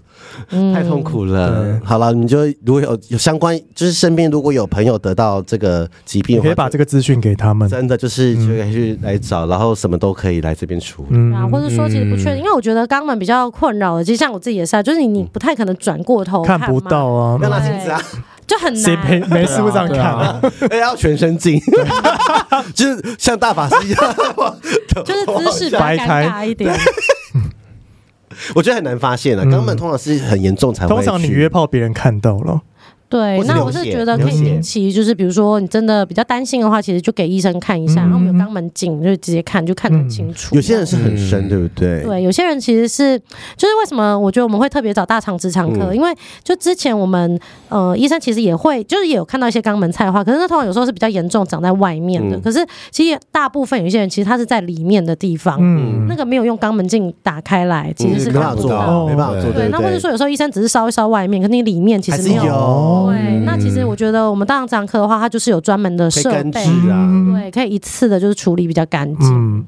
Speaker 4: 嗯
Speaker 1: 太痛。苦了
Speaker 2: 嗯。
Speaker 1: 好了，你就如果有有相关，就是身边如果有朋友得到这个疾病
Speaker 2: 你
Speaker 1: 的话，
Speaker 2: 可以把这个资讯给他们。
Speaker 1: 真的就是就可以去来找，然后什么都可以来这边处理。
Speaker 4: 对啊，
Speaker 2: 嗯，
Speaker 4: 或者说其实不确定，因为我觉得肛门比较困扰的，其实像我自己也是啊，就是你你不太可能转过头
Speaker 2: 看
Speaker 4: 嘛
Speaker 2: 不到，啊
Speaker 1: 不，要拿镜子啊，
Speaker 4: 就很
Speaker 2: 谁没
Speaker 4: 难。
Speaker 2: 没事会这样
Speaker 3: 对
Speaker 2: 看啊
Speaker 3: 啊？
Speaker 1: 哎， 要全身 镜，就是像大法师一样。
Speaker 4: 就是姿势比 较
Speaker 2: 掰
Speaker 4: 尴
Speaker 2: 开
Speaker 4: 尬一点，
Speaker 1: 我觉得很难发现啊，
Speaker 2: 嗯
Speaker 1: 肛门通常是很严重才会去。
Speaker 2: 通常你约炮，别人看到了。
Speaker 4: 对
Speaker 1: 或，是
Speaker 4: 那
Speaker 1: 流
Speaker 4: 我是
Speaker 1: 血
Speaker 4: 觉得可
Speaker 1: 流
Speaker 4: 以
Speaker 1: 血
Speaker 4: 定期，就是比如说你真的比较担心的话，其实就给医生看一下，然后我们有
Speaker 2: 嗯
Speaker 4: 肛门镜就直接看，就看得很清楚。
Speaker 1: 有些人是很深，
Speaker 3: 嗯
Speaker 1: 对不对？
Speaker 4: 对，有些人其实是，就是为什么我觉得我们会特别找大肠直肠科，
Speaker 1: 嗯
Speaker 4: 因为就之前我们呃医生其实也会，就是也有看到一些肛门菜花，可是那通常有时候是比较严重长在外面的，
Speaker 1: 嗯
Speaker 4: 可是其实大部分有些人其实他是在里面的地方，
Speaker 2: 嗯，
Speaker 4: 那个没有用肛门镜打开来，其
Speaker 1: 嗯，
Speaker 4: 实是
Speaker 1: 没
Speaker 4: 看
Speaker 1: 办法
Speaker 4: 不
Speaker 1: 做
Speaker 4: 到。
Speaker 1: 到，没办法做，
Speaker 3: 对
Speaker 4: 对，
Speaker 1: 对
Speaker 4: 那
Speaker 1: 不
Speaker 4: 或
Speaker 1: 对
Speaker 4: 者？说有时候医生只是烧一烧外面，可是你里面其
Speaker 1: 还
Speaker 4: 实
Speaker 1: 是
Speaker 4: 没有。
Speaker 1: 有
Speaker 4: 对，那其
Speaker 2: 嗯
Speaker 4: 实我觉得我们大肠直肠科的话，它就是有专门的
Speaker 1: 可以
Speaker 4: 设
Speaker 1: 根
Speaker 4: 备，
Speaker 1: 治啊，
Speaker 2: 嗯，
Speaker 4: 对，可以一次的就是处理比较干净。
Speaker 2: 嗯，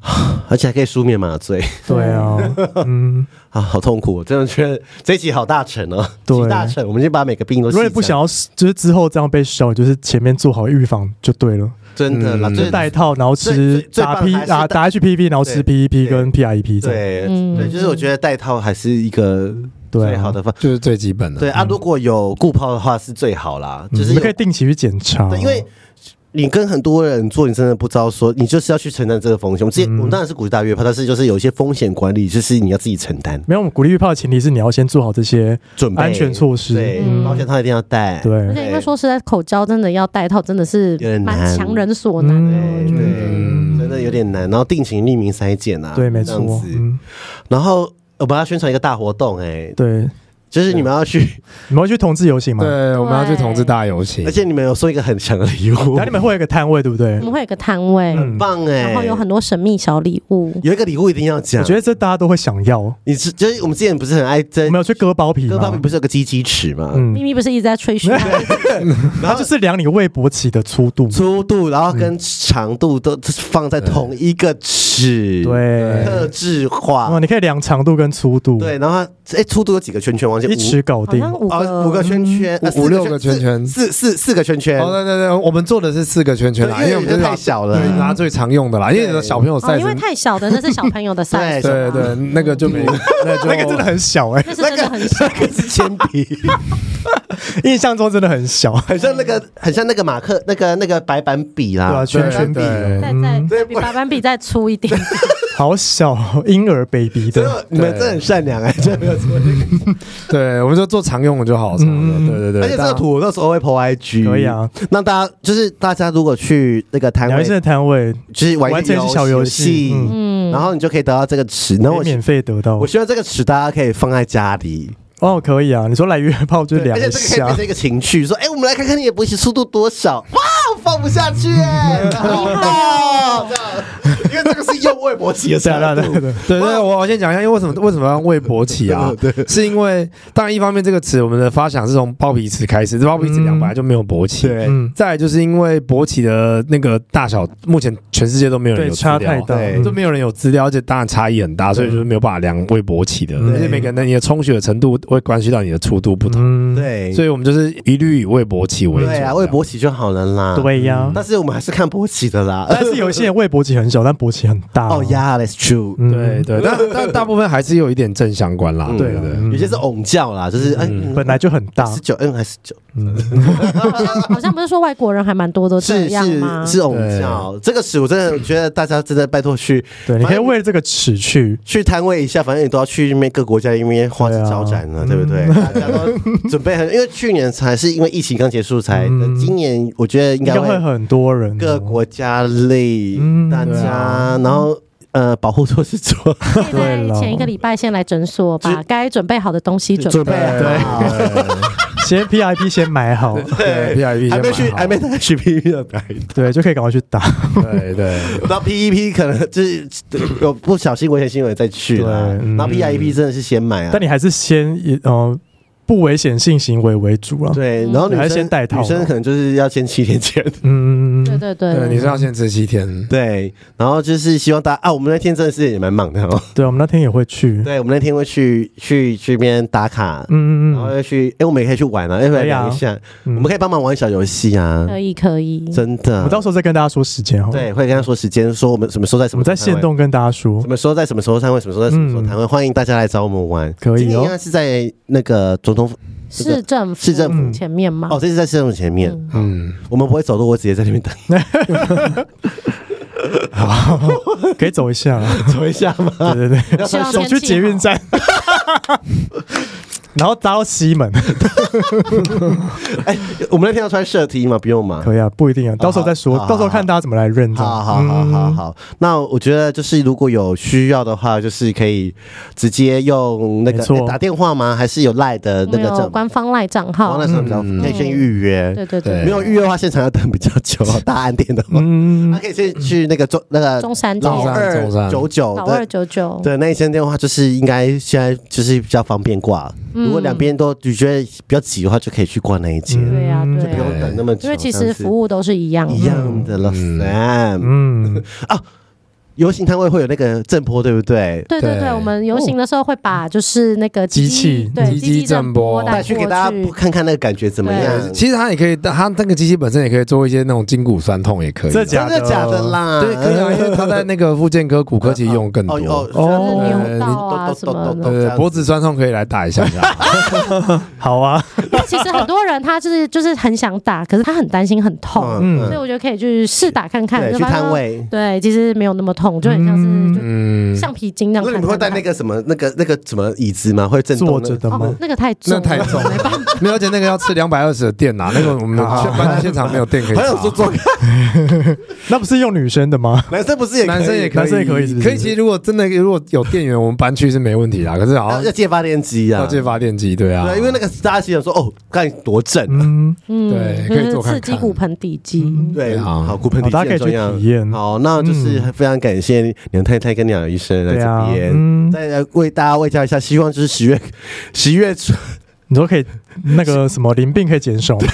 Speaker 1: 而且还可以舒眠麻醉
Speaker 2: 对啊，嗯，
Speaker 1: 啊，好痛苦！我真的觉得这一集好大成哦，
Speaker 2: 对
Speaker 1: 集大成。我们先把每个病都
Speaker 2: 如
Speaker 1: 细
Speaker 2: 果你不
Speaker 1: 讲
Speaker 2: 想要，就是之后这样被烧，你就是前面做好预防就对了，
Speaker 1: 真的啦，
Speaker 3: 嗯
Speaker 1: 就是
Speaker 2: 戴套，然后吃
Speaker 1: 最最最棒
Speaker 2: 打 P 啊
Speaker 1: 还是
Speaker 2: 打
Speaker 1: 戴
Speaker 2: 打 HPV，然后吃 PEP
Speaker 1: 对
Speaker 2: 跟 PIP 这样。
Speaker 1: 对
Speaker 4: 嗯
Speaker 1: 对，就是我觉得戴套还是一个
Speaker 2: 对啊
Speaker 1: 最好的方。
Speaker 3: 就是最基本的。
Speaker 1: 对啊，如果有固泡的话是最好啦，
Speaker 2: 嗯
Speaker 1: 就是有
Speaker 2: 你们可以定期去检查。哦
Speaker 1: 对，因为你跟很多人做，你真的不知道说，你就是要去承担这个风险。我们之前、
Speaker 2: 嗯
Speaker 1: 我们当然是鼓励大家约炮，但是就是有一些风险管理，就是你要自己承担
Speaker 2: 没有，我们鼓励预炮的前提是你要先做好这些
Speaker 1: 准备
Speaker 2: 安全措施
Speaker 1: 对，
Speaker 4: 嗯
Speaker 1: 保险套一定要带。
Speaker 4: 而
Speaker 2: 对，
Speaker 4: 且因为说实在，口交真的要戴套，真的
Speaker 1: 有
Speaker 4: 是
Speaker 1: 点
Speaker 4: 蛮
Speaker 1: 难
Speaker 4: 强人所难
Speaker 2: 嗯
Speaker 4: 的。
Speaker 1: 对
Speaker 4: 我觉得
Speaker 1: 对，真的有点难。然后定期匿名筛检啊，
Speaker 2: 对，没
Speaker 1: 这样
Speaker 2: 错
Speaker 1: 子，
Speaker 2: 嗯，
Speaker 1: 然后我们要宣传一个大活动、哎，
Speaker 2: 对，
Speaker 1: 就是你们要去，
Speaker 2: 你们会去同志游行吗？
Speaker 3: 对，我们要去同志大游行
Speaker 1: 而，且你们有送一个很强的礼物
Speaker 2: 然后，哦你们会有一个摊位，对不对
Speaker 4: 我？们会有个摊位，
Speaker 2: 嗯
Speaker 1: 很棒哎、
Speaker 4: 然后有很多神秘小礼物。
Speaker 1: 有一个礼物一定要讲，
Speaker 2: 我觉得这大家都会想要。我
Speaker 1: 你是就是我们之前不是很爱在
Speaker 2: 们有去割包皮
Speaker 1: 哥巴比
Speaker 2: 吗？
Speaker 1: 不是有个鸡鸡尺吗？
Speaker 4: 咪
Speaker 2: 嗯，
Speaker 4: 咪不是一直在吹嘘吗，
Speaker 2: 它就是量你胃勃起的粗度。
Speaker 1: 粗度，然后跟长度都放在同一个尺制，
Speaker 2: 对
Speaker 1: 特制
Speaker 2: 哇，
Speaker 1: 化，
Speaker 2: 你可以量长度跟粗度，
Speaker 1: 对，然后它哎，粗度有几个圈圈？忘记
Speaker 2: 一
Speaker 1: 五
Speaker 2: 尺搞
Speaker 4: 好
Speaker 2: 定。
Speaker 4: 像五
Speaker 1: 哦
Speaker 4: 个
Speaker 1: 五个圈圈，呃
Speaker 3: 五五六个圈圈
Speaker 1: 四四四四个圈圈
Speaker 3: 哦，，对对对，我们做的是四个圈圈啦，
Speaker 1: 对
Speaker 3: 因为
Speaker 1: 因
Speaker 3: 我
Speaker 1: 为
Speaker 3: 们
Speaker 1: 这
Speaker 3: 是
Speaker 1: 太
Speaker 3: 拿
Speaker 1: 小
Speaker 3: 对
Speaker 1: 了，
Speaker 3: 拿最常用的啦，因为有的小朋友
Speaker 4: 哦，
Speaker 3: 赛
Speaker 4: 因为
Speaker 3: 程，
Speaker 4: 太小的那是小嗯朋友的 size，
Speaker 3: 对对，那个就没那就
Speaker 2: 那个真的很小哎、
Speaker 4: 那是真的很小
Speaker 1: 那。个是铅笔，
Speaker 2: 印象中真的很小，
Speaker 1: 很像那个很像那个马克那个那个白板笔
Speaker 2: 对
Speaker 1: 啦
Speaker 2: 啊，，圈圈
Speaker 1: 笔
Speaker 2: 笔
Speaker 3: 对
Speaker 4: 再
Speaker 2: 嗯
Speaker 4: 再比白板笔再粗 一点，
Speaker 2: 好小，婴儿 baby
Speaker 1: 真
Speaker 2: 的，
Speaker 1: 的你们真的很善良哎，真的没有错。
Speaker 3: 对，我们就做常用的就好，什么
Speaker 2: 嗯
Speaker 3: 的，对对对，
Speaker 1: 而且这个图我到时候会 po IG，
Speaker 2: 可以。啊。
Speaker 1: 那大家就是大家如果去那个摊
Speaker 2: 聊
Speaker 1: 位
Speaker 2: 一，的摊位
Speaker 1: 就是玩
Speaker 2: 完
Speaker 1: 一些
Speaker 2: 成小游戏，嗯，
Speaker 4: 嗯，
Speaker 1: 然后你就可以得到这个尺。然后
Speaker 2: 可
Speaker 1: 我
Speaker 2: 以免费得到
Speaker 1: 我。希望这个尺大家可以放在家里，
Speaker 2: 哦，可以啊，你说来约炮就
Speaker 1: 对
Speaker 2: 量
Speaker 1: 而且
Speaker 2: 一
Speaker 1: 这个可以
Speaker 2: 下
Speaker 1: 变，成一个情趣，说哎，我们来看看你的勃起速度多少。哇，我放不下去哎，好大哦，这样因为这个是用胃勃起的
Speaker 2: 对
Speaker 1: 程
Speaker 2: 啊对啊对啊
Speaker 1: 度。
Speaker 2: 对啊，
Speaker 3: 对对，我我先讲一下，因为为什么为什么要为勃 起啊？对，是因为当然一方面这个词我们的发想是从包皮尺开始，这包皮尺两
Speaker 2: 嗯
Speaker 3: 本来就没有勃起。
Speaker 1: 对
Speaker 2: 嗯，
Speaker 3: 再来就是因为勃起的那个大小，目前全世界都没有人
Speaker 2: 对，
Speaker 3: 有资
Speaker 2: 差太
Speaker 3: 料，
Speaker 2: 大，
Speaker 1: 对
Speaker 2: 嗯
Speaker 3: 就没有人有资料，而且当然差异很大，所以就是没有办法量未勃起的，
Speaker 2: 对
Speaker 3: 而且每个人的你的充血的程度会关系到你的粗度不同，
Speaker 2: 嗯，
Speaker 1: 对，
Speaker 3: 所以我们就是一律以未勃起为主。
Speaker 1: 对啊，胃勃起就好了啦。，
Speaker 2: 对呀。
Speaker 1: 但是我们还是看勃起的啦。
Speaker 2: 但是有一些人胃勃起很小，但勃起很大。
Speaker 1: 哦，Yeah，that's true。
Speaker 2: 嗯，
Speaker 3: 对对，但但大部分还是有一点正相关啦。
Speaker 1: 嗯
Speaker 3: 对
Speaker 2: 对啊
Speaker 3: 对。
Speaker 2: 嗯
Speaker 1: 有些是拱叫啦，就是哎，
Speaker 2: 本来就很大，嗯
Speaker 1: 十九 N 还是九，
Speaker 4: 好像好像不是说外国人还蛮多都这
Speaker 1: 是
Speaker 4: 样吗
Speaker 1: 是？是拱叫。这个尺我真的觉得大家真的拜托去
Speaker 2: 对，你可
Speaker 1: 反
Speaker 2: 以
Speaker 1: 正
Speaker 2: 为了这个尺去，
Speaker 1: 去摊位一下，反正你都要去那边各国家那边花枝招展了，对
Speaker 2: 对啊
Speaker 1: 不对？大家都准备很，因为去年才是因为疫情刚结束才，
Speaker 2: 嗯
Speaker 1: 今年我觉得应
Speaker 2: 应
Speaker 1: 该
Speaker 2: 该会
Speaker 1: 会
Speaker 2: 很多人哦
Speaker 1: 各国家累
Speaker 2: 嗯
Speaker 1: 大
Speaker 2: 对
Speaker 1: 家
Speaker 2: 啊，
Speaker 1: 然后呃保护措施做
Speaker 4: 可以在
Speaker 2: 对了
Speaker 4: 前一个礼拜先来诊所，把
Speaker 1: 只
Speaker 4: 该准备好的东西准
Speaker 1: 准备
Speaker 4: 备。
Speaker 1: 好，
Speaker 2: 先 PIP 先买好，
Speaker 3: 对，PIP
Speaker 1: 还
Speaker 3: 先
Speaker 1: 没
Speaker 3: 买
Speaker 1: 去
Speaker 3: 好
Speaker 1: 还没带去 P P 的牌，
Speaker 2: 对，就可以赶快去打。
Speaker 1: 啊
Speaker 3: 对对，
Speaker 1: 然后 P E P 可能就是有不小心危险行为再去啦，
Speaker 2: 对嗯
Speaker 1: 然后 P I E P 真的是先买啊，
Speaker 2: 但你还是先以呃不危险性行为为主啊。
Speaker 1: 对，然后女
Speaker 2: 你还
Speaker 1: 生
Speaker 2: 是先戴套
Speaker 1: 女生可能就是要先七天前。
Speaker 2: 嗯，
Speaker 4: 对对
Speaker 3: 对，你
Speaker 4: 对，
Speaker 3: 是要先吃七天，
Speaker 1: 对，然后就是希望大家啊，我们那天真的是也蛮忙的哦。
Speaker 2: 对，我们那天也会 去。
Speaker 1: 对，我们那天会去去去那边打卡，
Speaker 2: 嗯
Speaker 1: 然后
Speaker 2: 嗯
Speaker 1: 要去，哎、我们也可以去玩啊，要不要聊一下？
Speaker 2: 嗯，
Speaker 1: 我们可以帮忙玩小游戏啊，
Speaker 4: 可以可以。
Speaker 1: 真的。
Speaker 2: 我们到时候再跟大家说时间哈。，
Speaker 1: 对，会跟他说时间，说我们什么时候在什
Speaker 2: 我
Speaker 1: 么
Speaker 2: 们在
Speaker 1: 时候
Speaker 2: 线
Speaker 1: 摊位，
Speaker 2: 动跟大家说
Speaker 1: 什。么时候在什么时候摊位，什么时候在什么时候摊位，欢迎大家来找我们玩。
Speaker 2: 可
Speaker 1: 今
Speaker 2: 以
Speaker 1: 天应
Speaker 2: 哦嗯
Speaker 1: 该，是在那个总统府
Speaker 4: 市政府
Speaker 1: 市政
Speaker 2: 府
Speaker 4: 前面嘛
Speaker 1: 哦，，这是在市政府前面，
Speaker 4: 嗯
Speaker 3: 嗯，
Speaker 1: 我们不会走路，我直接在那边 等，
Speaker 2: 可以走一下啦。
Speaker 1: 走一下嘛。
Speaker 2: 对对对，
Speaker 4: 希望
Speaker 2: 走
Speaker 4: 天
Speaker 2: 去
Speaker 4: 气
Speaker 2: 捷运
Speaker 4: 好
Speaker 2: 站， 然后搭到西门，
Speaker 1: 哎、我们那天要穿社 T 吗？不用吗？
Speaker 2: 可以啊，不一定啊，到时候再说
Speaker 1: 好，
Speaker 2: 到时候看大家怎么来认这样。
Speaker 1: 好好好好
Speaker 2: 嗯，
Speaker 1: 好，那我觉得就是如果有需要的话，就是可以直接用那个
Speaker 2: 没错
Speaker 1: 诶打电话吗？还是有赖的
Speaker 4: 我
Speaker 1: 那
Speaker 4: 们
Speaker 1: 个
Speaker 4: 有
Speaker 1: 证？
Speaker 4: 官方赖账
Speaker 1: 哦，
Speaker 4: 号
Speaker 1: 那，时候比较可以先预约，
Speaker 4: 对对对
Speaker 1: 没，有预约的话，现场要等比较久。大安店的话，他
Speaker 2: 嗯，
Speaker 1: 可以先去那个中那个
Speaker 4: 中山街
Speaker 1: 老
Speaker 3: 中山
Speaker 1: 二九九
Speaker 4: 老二
Speaker 1: 的。
Speaker 4: 九九，
Speaker 1: 对那一间店的话，就是应该现在就是比较方便挂。
Speaker 4: 嗯
Speaker 1: 如果两边都你觉得比较挤的话，就可以去挂那一间，
Speaker 2: 嗯
Speaker 4: 对呀
Speaker 2: 就
Speaker 4: 对
Speaker 1: 不
Speaker 4: 呀，
Speaker 1: 用等那么久。
Speaker 4: 因为其
Speaker 1: 这
Speaker 4: 实
Speaker 1: 样子
Speaker 4: 服务都是一样的，
Speaker 1: 一样的了
Speaker 3: 嗯
Speaker 1: Sam
Speaker 2: 嗯，
Speaker 1: 游行摊位会有那个震波，对不对？哦
Speaker 4: 对对对，
Speaker 3: 对
Speaker 4: 我们游行的时候会把就是那个
Speaker 2: 机器
Speaker 4: 对
Speaker 3: 机器
Speaker 4: 机震
Speaker 3: 震波
Speaker 4: 带
Speaker 1: 带
Speaker 4: 过
Speaker 1: 去给大家看看那个感觉怎么样？
Speaker 3: 其实它也可以，它那个机器本身也可以做一些那种筋骨酸痛，也可以。
Speaker 2: 这假
Speaker 1: 真的假的啦？
Speaker 3: 对，可以啊，因 为它在那个附件科骨科其实用更
Speaker 1: 哦
Speaker 3: 多
Speaker 1: 哦。
Speaker 2: 嗯哦
Speaker 4: 扭到啊什么的
Speaker 3: 对对，脖子酸痛可以来打一下下。
Speaker 2: 好啊，
Speaker 4: 因为其实很多人他就是就是很想打，可是他很担心很痛，
Speaker 2: 嗯
Speaker 4: 所以我觉得可以去试打看看，
Speaker 1: 对，
Speaker 4: 就
Speaker 1: 去
Speaker 4: 发现
Speaker 1: 摊位。
Speaker 4: 对，其实没有那么痛，就很像是
Speaker 3: 嗯
Speaker 4: 就，橡皮筋那样
Speaker 1: 那
Speaker 4: 弹
Speaker 1: 你们
Speaker 4: 弹弹。
Speaker 1: 会带那个什么、那个、那个什么椅子吗？会震动
Speaker 2: 坐
Speaker 1: 那
Speaker 2: 着
Speaker 1: 个？
Speaker 2: 的
Speaker 4: 哦
Speaker 2: 吗？，
Speaker 4: 那个太重
Speaker 3: 那
Speaker 4: 了，
Speaker 3: 太重了，没有，而且那个要吃两百二十的电 呐，那个我们去搬到现场没有电可以
Speaker 1: 还有说
Speaker 3: 插。
Speaker 1: 做
Speaker 2: 那不是用女生的吗？
Speaker 1: 男生不是也可以
Speaker 3: 男生也可以，
Speaker 2: 男生也可以是不是
Speaker 3: 可以，其实如果真的如果有电源，我们搬去是没问题啦。可是好
Speaker 1: 要
Speaker 3: 像
Speaker 1: 要借发电机啊？
Speaker 3: 要借发电机，对啊，
Speaker 1: 对，因为那个大家心想说哦，看多震，
Speaker 2: 嗯，
Speaker 4: 嗯
Speaker 3: 对
Speaker 4: 就是
Speaker 3: 可以做看
Speaker 4: 刺
Speaker 3: 看
Speaker 4: 激骨盆底肌。
Speaker 1: 对，
Speaker 3: 对啊
Speaker 1: 好，骨盆底
Speaker 2: 好大家
Speaker 1: 肌
Speaker 2: 可
Speaker 1: 很
Speaker 2: 以
Speaker 1: 重要
Speaker 2: 去体验
Speaker 1: 好，那就是非常感谢梁太太跟鸟医生来
Speaker 2: 对
Speaker 1: 这
Speaker 2: 啊，
Speaker 1: 边。
Speaker 2: 嗯，
Speaker 1: 再来为大家慰教一下，希望就是十月十月初
Speaker 2: 你说可以那个什么淋病可以减 少吗？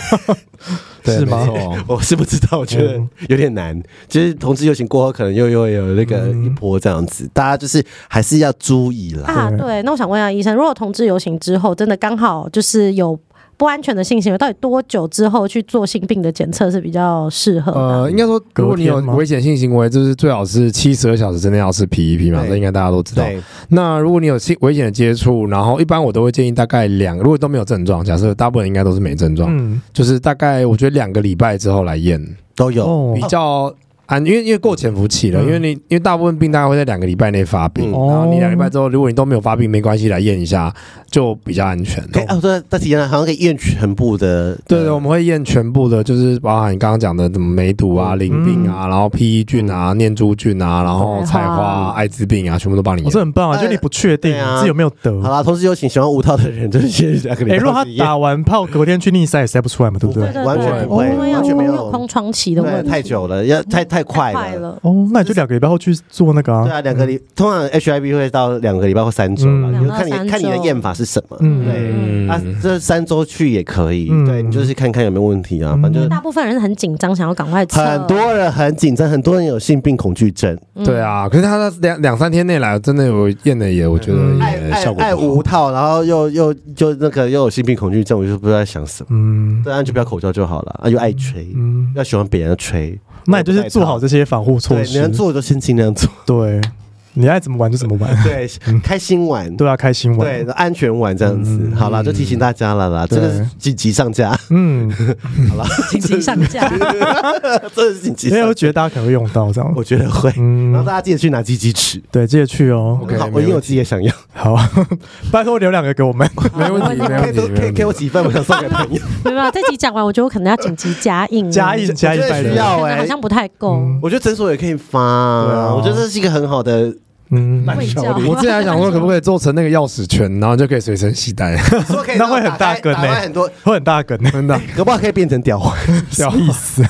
Speaker 3: 对
Speaker 2: 是吗
Speaker 3: 没？ 错
Speaker 1: 我是不知道，我觉得有点难。就是同志游行过后，可能又又有那个一波这样子，大家就是还是要注意啦。
Speaker 4: 啊，
Speaker 2: 对
Speaker 4: 对，那我想问一下医生，如果同志游行之后，真的刚好就是有不安全的性行为，到底多久之后去做性病的检测是比较适合的？
Speaker 3: 呃，应该说，如果你有
Speaker 2: 隔天吗
Speaker 3: 危险性行为，就是最好是七十二小时之内要是 PEP 嘛，
Speaker 1: 对
Speaker 3: 这应该大家都知道。
Speaker 1: 对，
Speaker 3: 那如果你有性危险的接触，然后一般我都会建议大概两，如果都没有症状，假设大部分应该都是没症状，
Speaker 2: 嗯，
Speaker 3: 就是大概我觉得两个礼拜之后来验
Speaker 1: 都有。
Speaker 2: 哦
Speaker 3: 比较安，因为因为过潜伏期了，
Speaker 2: 嗯
Speaker 3: 因为你因为大部分病大概会在两个礼拜内发病，
Speaker 2: 嗯
Speaker 3: 然后你两个礼拜之后，如果你都没有发病，没关系，来验一下就比较安全。
Speaker 1: 哎、哦，对，但是原来好像可以验全部的。
Speaker 3: 对对，我们会验全部的，就是包含你刚刚讲的什么梅毒啊、淋病啊，然后 PE 菌啊、念珠菌啊，然后
Speaker 4: 菜
Speaker 3: 菜
Speaker 4: 花
Speaker 3: 花啊、艾滋病啊，全部都帮你
Speaker 2: 哦，这
Speaker 3: 验。
Speaker 2: 很棒啊！就你不确定
Speaker 1: 对啊
Speaker 2: 自己有没有得，
Speaker 1: 好啦，同时有请喜欢无套的人，就是先两个礼
Speaker 2: 哎、
Speaker 1: 拜
Speaker 2: 如果 他
Speaker 1: 自己验
Speaker 2: 打完炮隔天去逆塞也塞不出来嘛，对不对？
Speaker 4: 对对啊
Speaker 1: 完全不会
Speaker 4: 对因为
Speaker 1: 完全没有
Speaker 4: 有空窗期的问
Speaker 1: 对
Speaker 4: 题，
Speaker 1: 太久了，要太太快了。
Speaker 4: 太快了。
Speaker 2: 哦，那你就两个礼拜后去做那个
Speaker 1: 对
Speaker 2: 啊，
Speaker 1: 啊，两个礼、通常 HIV 会到两个礼拜或三周啦，
Speaker 2: 嗯
Speaker 1: 你就看
Speaker 4: 两
Speaker 1: 你
Speaker 4: 到三
Speaker 1: 看
Speaker 4: 周
Speaker 1: 你的验法是什么。
Speaker 2: 嗯
Speaker 1: 对、
Speaker 3: 嗯
Speaker 1: 啊，这三周去也可以，
Speaker 2: 嗯
Speaker 1: 对你就是看看有没有问题啊，
Speaker 2: 嗯
Speaker 1: 反正
Speaker 4: 大部分人是很紧张，想要赶快测。
Speaker 1: 很多人很紧张，很多人有性病恐惧症，
Speaker 4: 嗯
Speaker 3: 对，啊，可是他两两三天内来，真的有验的也，我觉得
Speaker 1: 爱
Speaker 3: 也
Speaker 1: 爱
Speaker 3: 效果
Speaker 1: 爱
Speaker 3: 不
Speaker 1: 无
Speaker 3: 好。
Speaker 1: 套，然后又又就那个又有性病恐惧症，我就不知道在想什么。
Speaker 2: 嗯
Speaker 1: 对啊，就不要口罩就好了，啊，又爱吹，
Speaker 2: 嗯，
Speaker 1: 要喜欢别人吹，
Speaker 2: 那你就是做好这些防护措
Speaker 1: 对，你
Speaker 2: 施
Speaker 1: 能，做就先尽 量做，
Speaker 2: 对，你爱怎么玩就怎么玩，
Speaker 1: 对，开心玩。
Speaker 2: 对啊，开心
Speaker 1: 对
Speaker 2: 玩，，
Speaker 1: 安全玩这样子，
Speaker 2: 嗯
Speaker 1: 好啦，就提醒大家了啦，这个是
Speaker 2: 对
Speaker 1: 紧急上架，
Speaker 2: 嗯，
Speaker 4: 紧急上 架，
Speaker 1: 真的是紧急
Speaker 2: 因为我
Speaker 1: 上架，
Speaker 2: 觉得大家可能会用到这样，
Speaker 1: 我觉得会。然后
Speaker 2: 嗯
Speaker 1: 大，家记得去拿鸡鸡吃，
Speaker 2: 对，记得去哦，
Speaker 3: OK，
Speaker 1: 好，
Speaker 3: 没
Speaker 1: 我因为我
Speaker 3: 问题
Speaker 1: 自己也想要，
Speaker 2: 好，拜托留两个给我们，
Speaker 3: 没问题，没
Speaker 1: 可以
Speaker 3: 问题，
Speaker 1: 都
Speaker 3: 没
Speaker 1: 可以给
Speaker 3: 问题
Speaker 1: 我。几份，我想送给朋友。
Speaker 4: 没有没有，这集讲完，我觉得我可能要紧急加啊印了，
Speaker 2: 加印加一
Speaker 1: 嗯我觉得
Speaker 2: 拜
Speaker 1: 需
Speaker 2: 的，
Speaker 1: 要
Speaker 4: 可能
Speaker 1: 哎
Speaker 4: 好像不太够。
Speaker 2: 嗯
Speaker 1: 我觉得诊所也可以发
Speaker 2: 对啊
Speaker 1: 啊，我觉得这是一个很好的
Speaker 2: 嗯，
Speaker 4: 会叫
Speaker 3: 我之前还 想说，可不可以做成那个钥匙圈，然后就可以随身携带，
Speaker 1: 说可以
Speaker 2: 那会很大根
Speaker 1: 打开
Speaker 2: 欸
Speaker 1: 打开很多，
Speaker 2: 会很大梗的，
Speaker 3: 真的。
Speaker 1: 搞不好可以变成吊 环，
Speaker 2: 什么意思啊？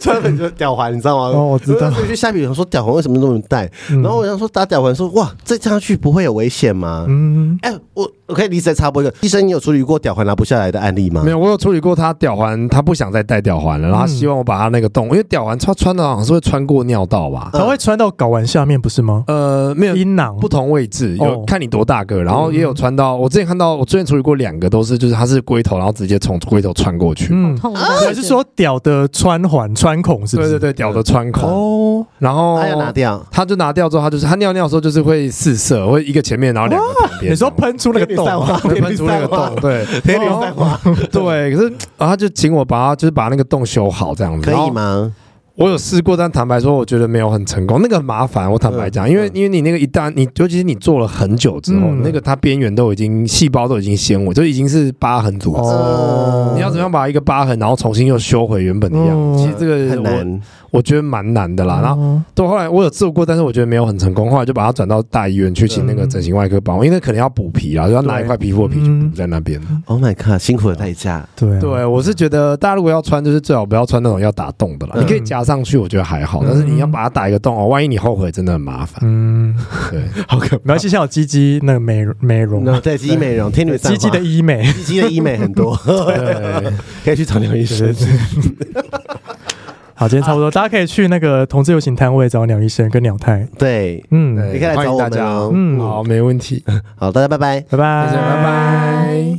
Speaker 1: 穿粉就是吊环，你知道吗？
Speaker 2: 哦我知道嗯
Speaker 1: 我去虾皮，想说吊环为什么那么戴？然后我想说打吊环，说哇，这样去不会有危险吗？
Speaker 2: 嗯，
Speaker 1: 哎，我我可以理解插播一个，医生，你有处理过吊环拿不下来的案例吗？
Speaker 3: 没有，我有处理过他吊环，他不想再戴吊环了，然后他希望我把他那个洞，因为吊环他穿的好像是会穿过尿道吧？
Speaker 1: 嗯
Speaker 2: 他会穿到睾丸下面不是吗？
Speaker 3: 呃，没有，
Speaker 2: 阴囊
Speaker 3: 不同位置，
Speaker 2: 哦
Speaker 3: 有看你多大个，然后也有穿到。
Speaker 1: 嗯
Speaker 3: 我之前看到，我之前处理过两个，都是就是它是龟头，然后直接从龟头穿过去。
Speaker 2: 嗯，
Speaker 4: 痛的
Speaker 2: 还是说屌的穿环穿孔是不
Speaker 3: 对
Speaker 2: 是？
Speaker 3: 对对，屌的穿孔，
Speaker 2: 哦，
Speaker 3: 然后
Speaker 1: 他要拿掉。
Speaker 3: 他就拿掉之后，他就是他尿尿的时候就是会四射，会一个前面，然后两个旁边。
Speaker 2: 你说喷出那个洞
Speaker 1: 天女散花
Speaker 2: 啊，
Speaker 3: 会啊喷出那个洞， 对哦
Speaker 1: 铁流散花
Speaker 3: 对，可是啊，他就请我把它就是把那个洞修好这样子，
Speaker 1: 可
Speaker 3: 然后
Speaker 1: 以吗？
Speaker 3: 我有试过，但坦白说，我觉得没有很成功。那个很麻烦，我坦白讲，因为因为你那个一旦你，尤其是你做了很久之后，
Speaker 2: 嗯
Speaker 3: 嗯那个它边缘都已经细胞都已经纤维，就已经是疤痕组织。
Speaker 2: 哦，
Speaker 3: 你要怎么样把一个疤痕，然后重新又修回原本的样
Speaker 2: 嗯
Speaker 3: 子？其实这
Speaker 1: 很
Speaker 3: 个我
Speaker 1: 难。
Speaker 3: 我觉得蛮难的
Speaker 2: 哦
Speaker 3: 啦。然后
Speaker 2: 后
Speaker 3: 对，后来我有做过，但是我觉得没有很成功。后来就把它转到大医院去请那
Speaker 1: 嗯
Speaker 3: 个整形外科帮我，因为可能要补皮啊，就要拿一块皮肤的皮去补在那边。
Speaker 1: Oh my god，辛苦的代价。
Speaker 2: 对啊
Speaker 3: 对，我是觉得大家如果要穿，就是最好不要穿那种要打洞的啦。
Speaker 1: 嗯
Speaker 3: 你可以夹上去，我觉得还好，但是你要把它打一个洞哦，万一你后悔，真的很麻烦。
Speaker 2: 嗯，
Speaker 3: 对，
Speaker 1: 好可
Speaker 2: 没关系，现在有鸡鸡那个美美容，啊
Speaker 1: 那对，医美容，天女散
Speaker 2: 鸡
Speaker 1: 花
Speaker 2: 鸡哦的医美，
Speaker 1: 鸡鸡的医美很 多，
Speaker 3: 对，
Speaker 1: 可以去找牛医生。
Speaker 2: 好，今天差不多，大家可以去那个同志游行摊位找鸟医生跟鸟太，
Speaker 1: 对，
Speaker 2: 嗯，
Speaker 3: 对
Speaker 1: 你可以来
Speaker 3: 欢
Speaker 1: 找
Speaker 3: 迎
Speaker 1: 我
Speaker 3: 大
Speaker 1: 们
Speaker 3: 家
Speaker 1: 哦。
Speaker 2: 嗯
Speaker 3: 好，没问题，
Speaker 1: 好，大家拜拜。
Speaker 2: 拜
Speaker 3: 大家
Speaker 2: 拜。
Speaker 3: 拜拜。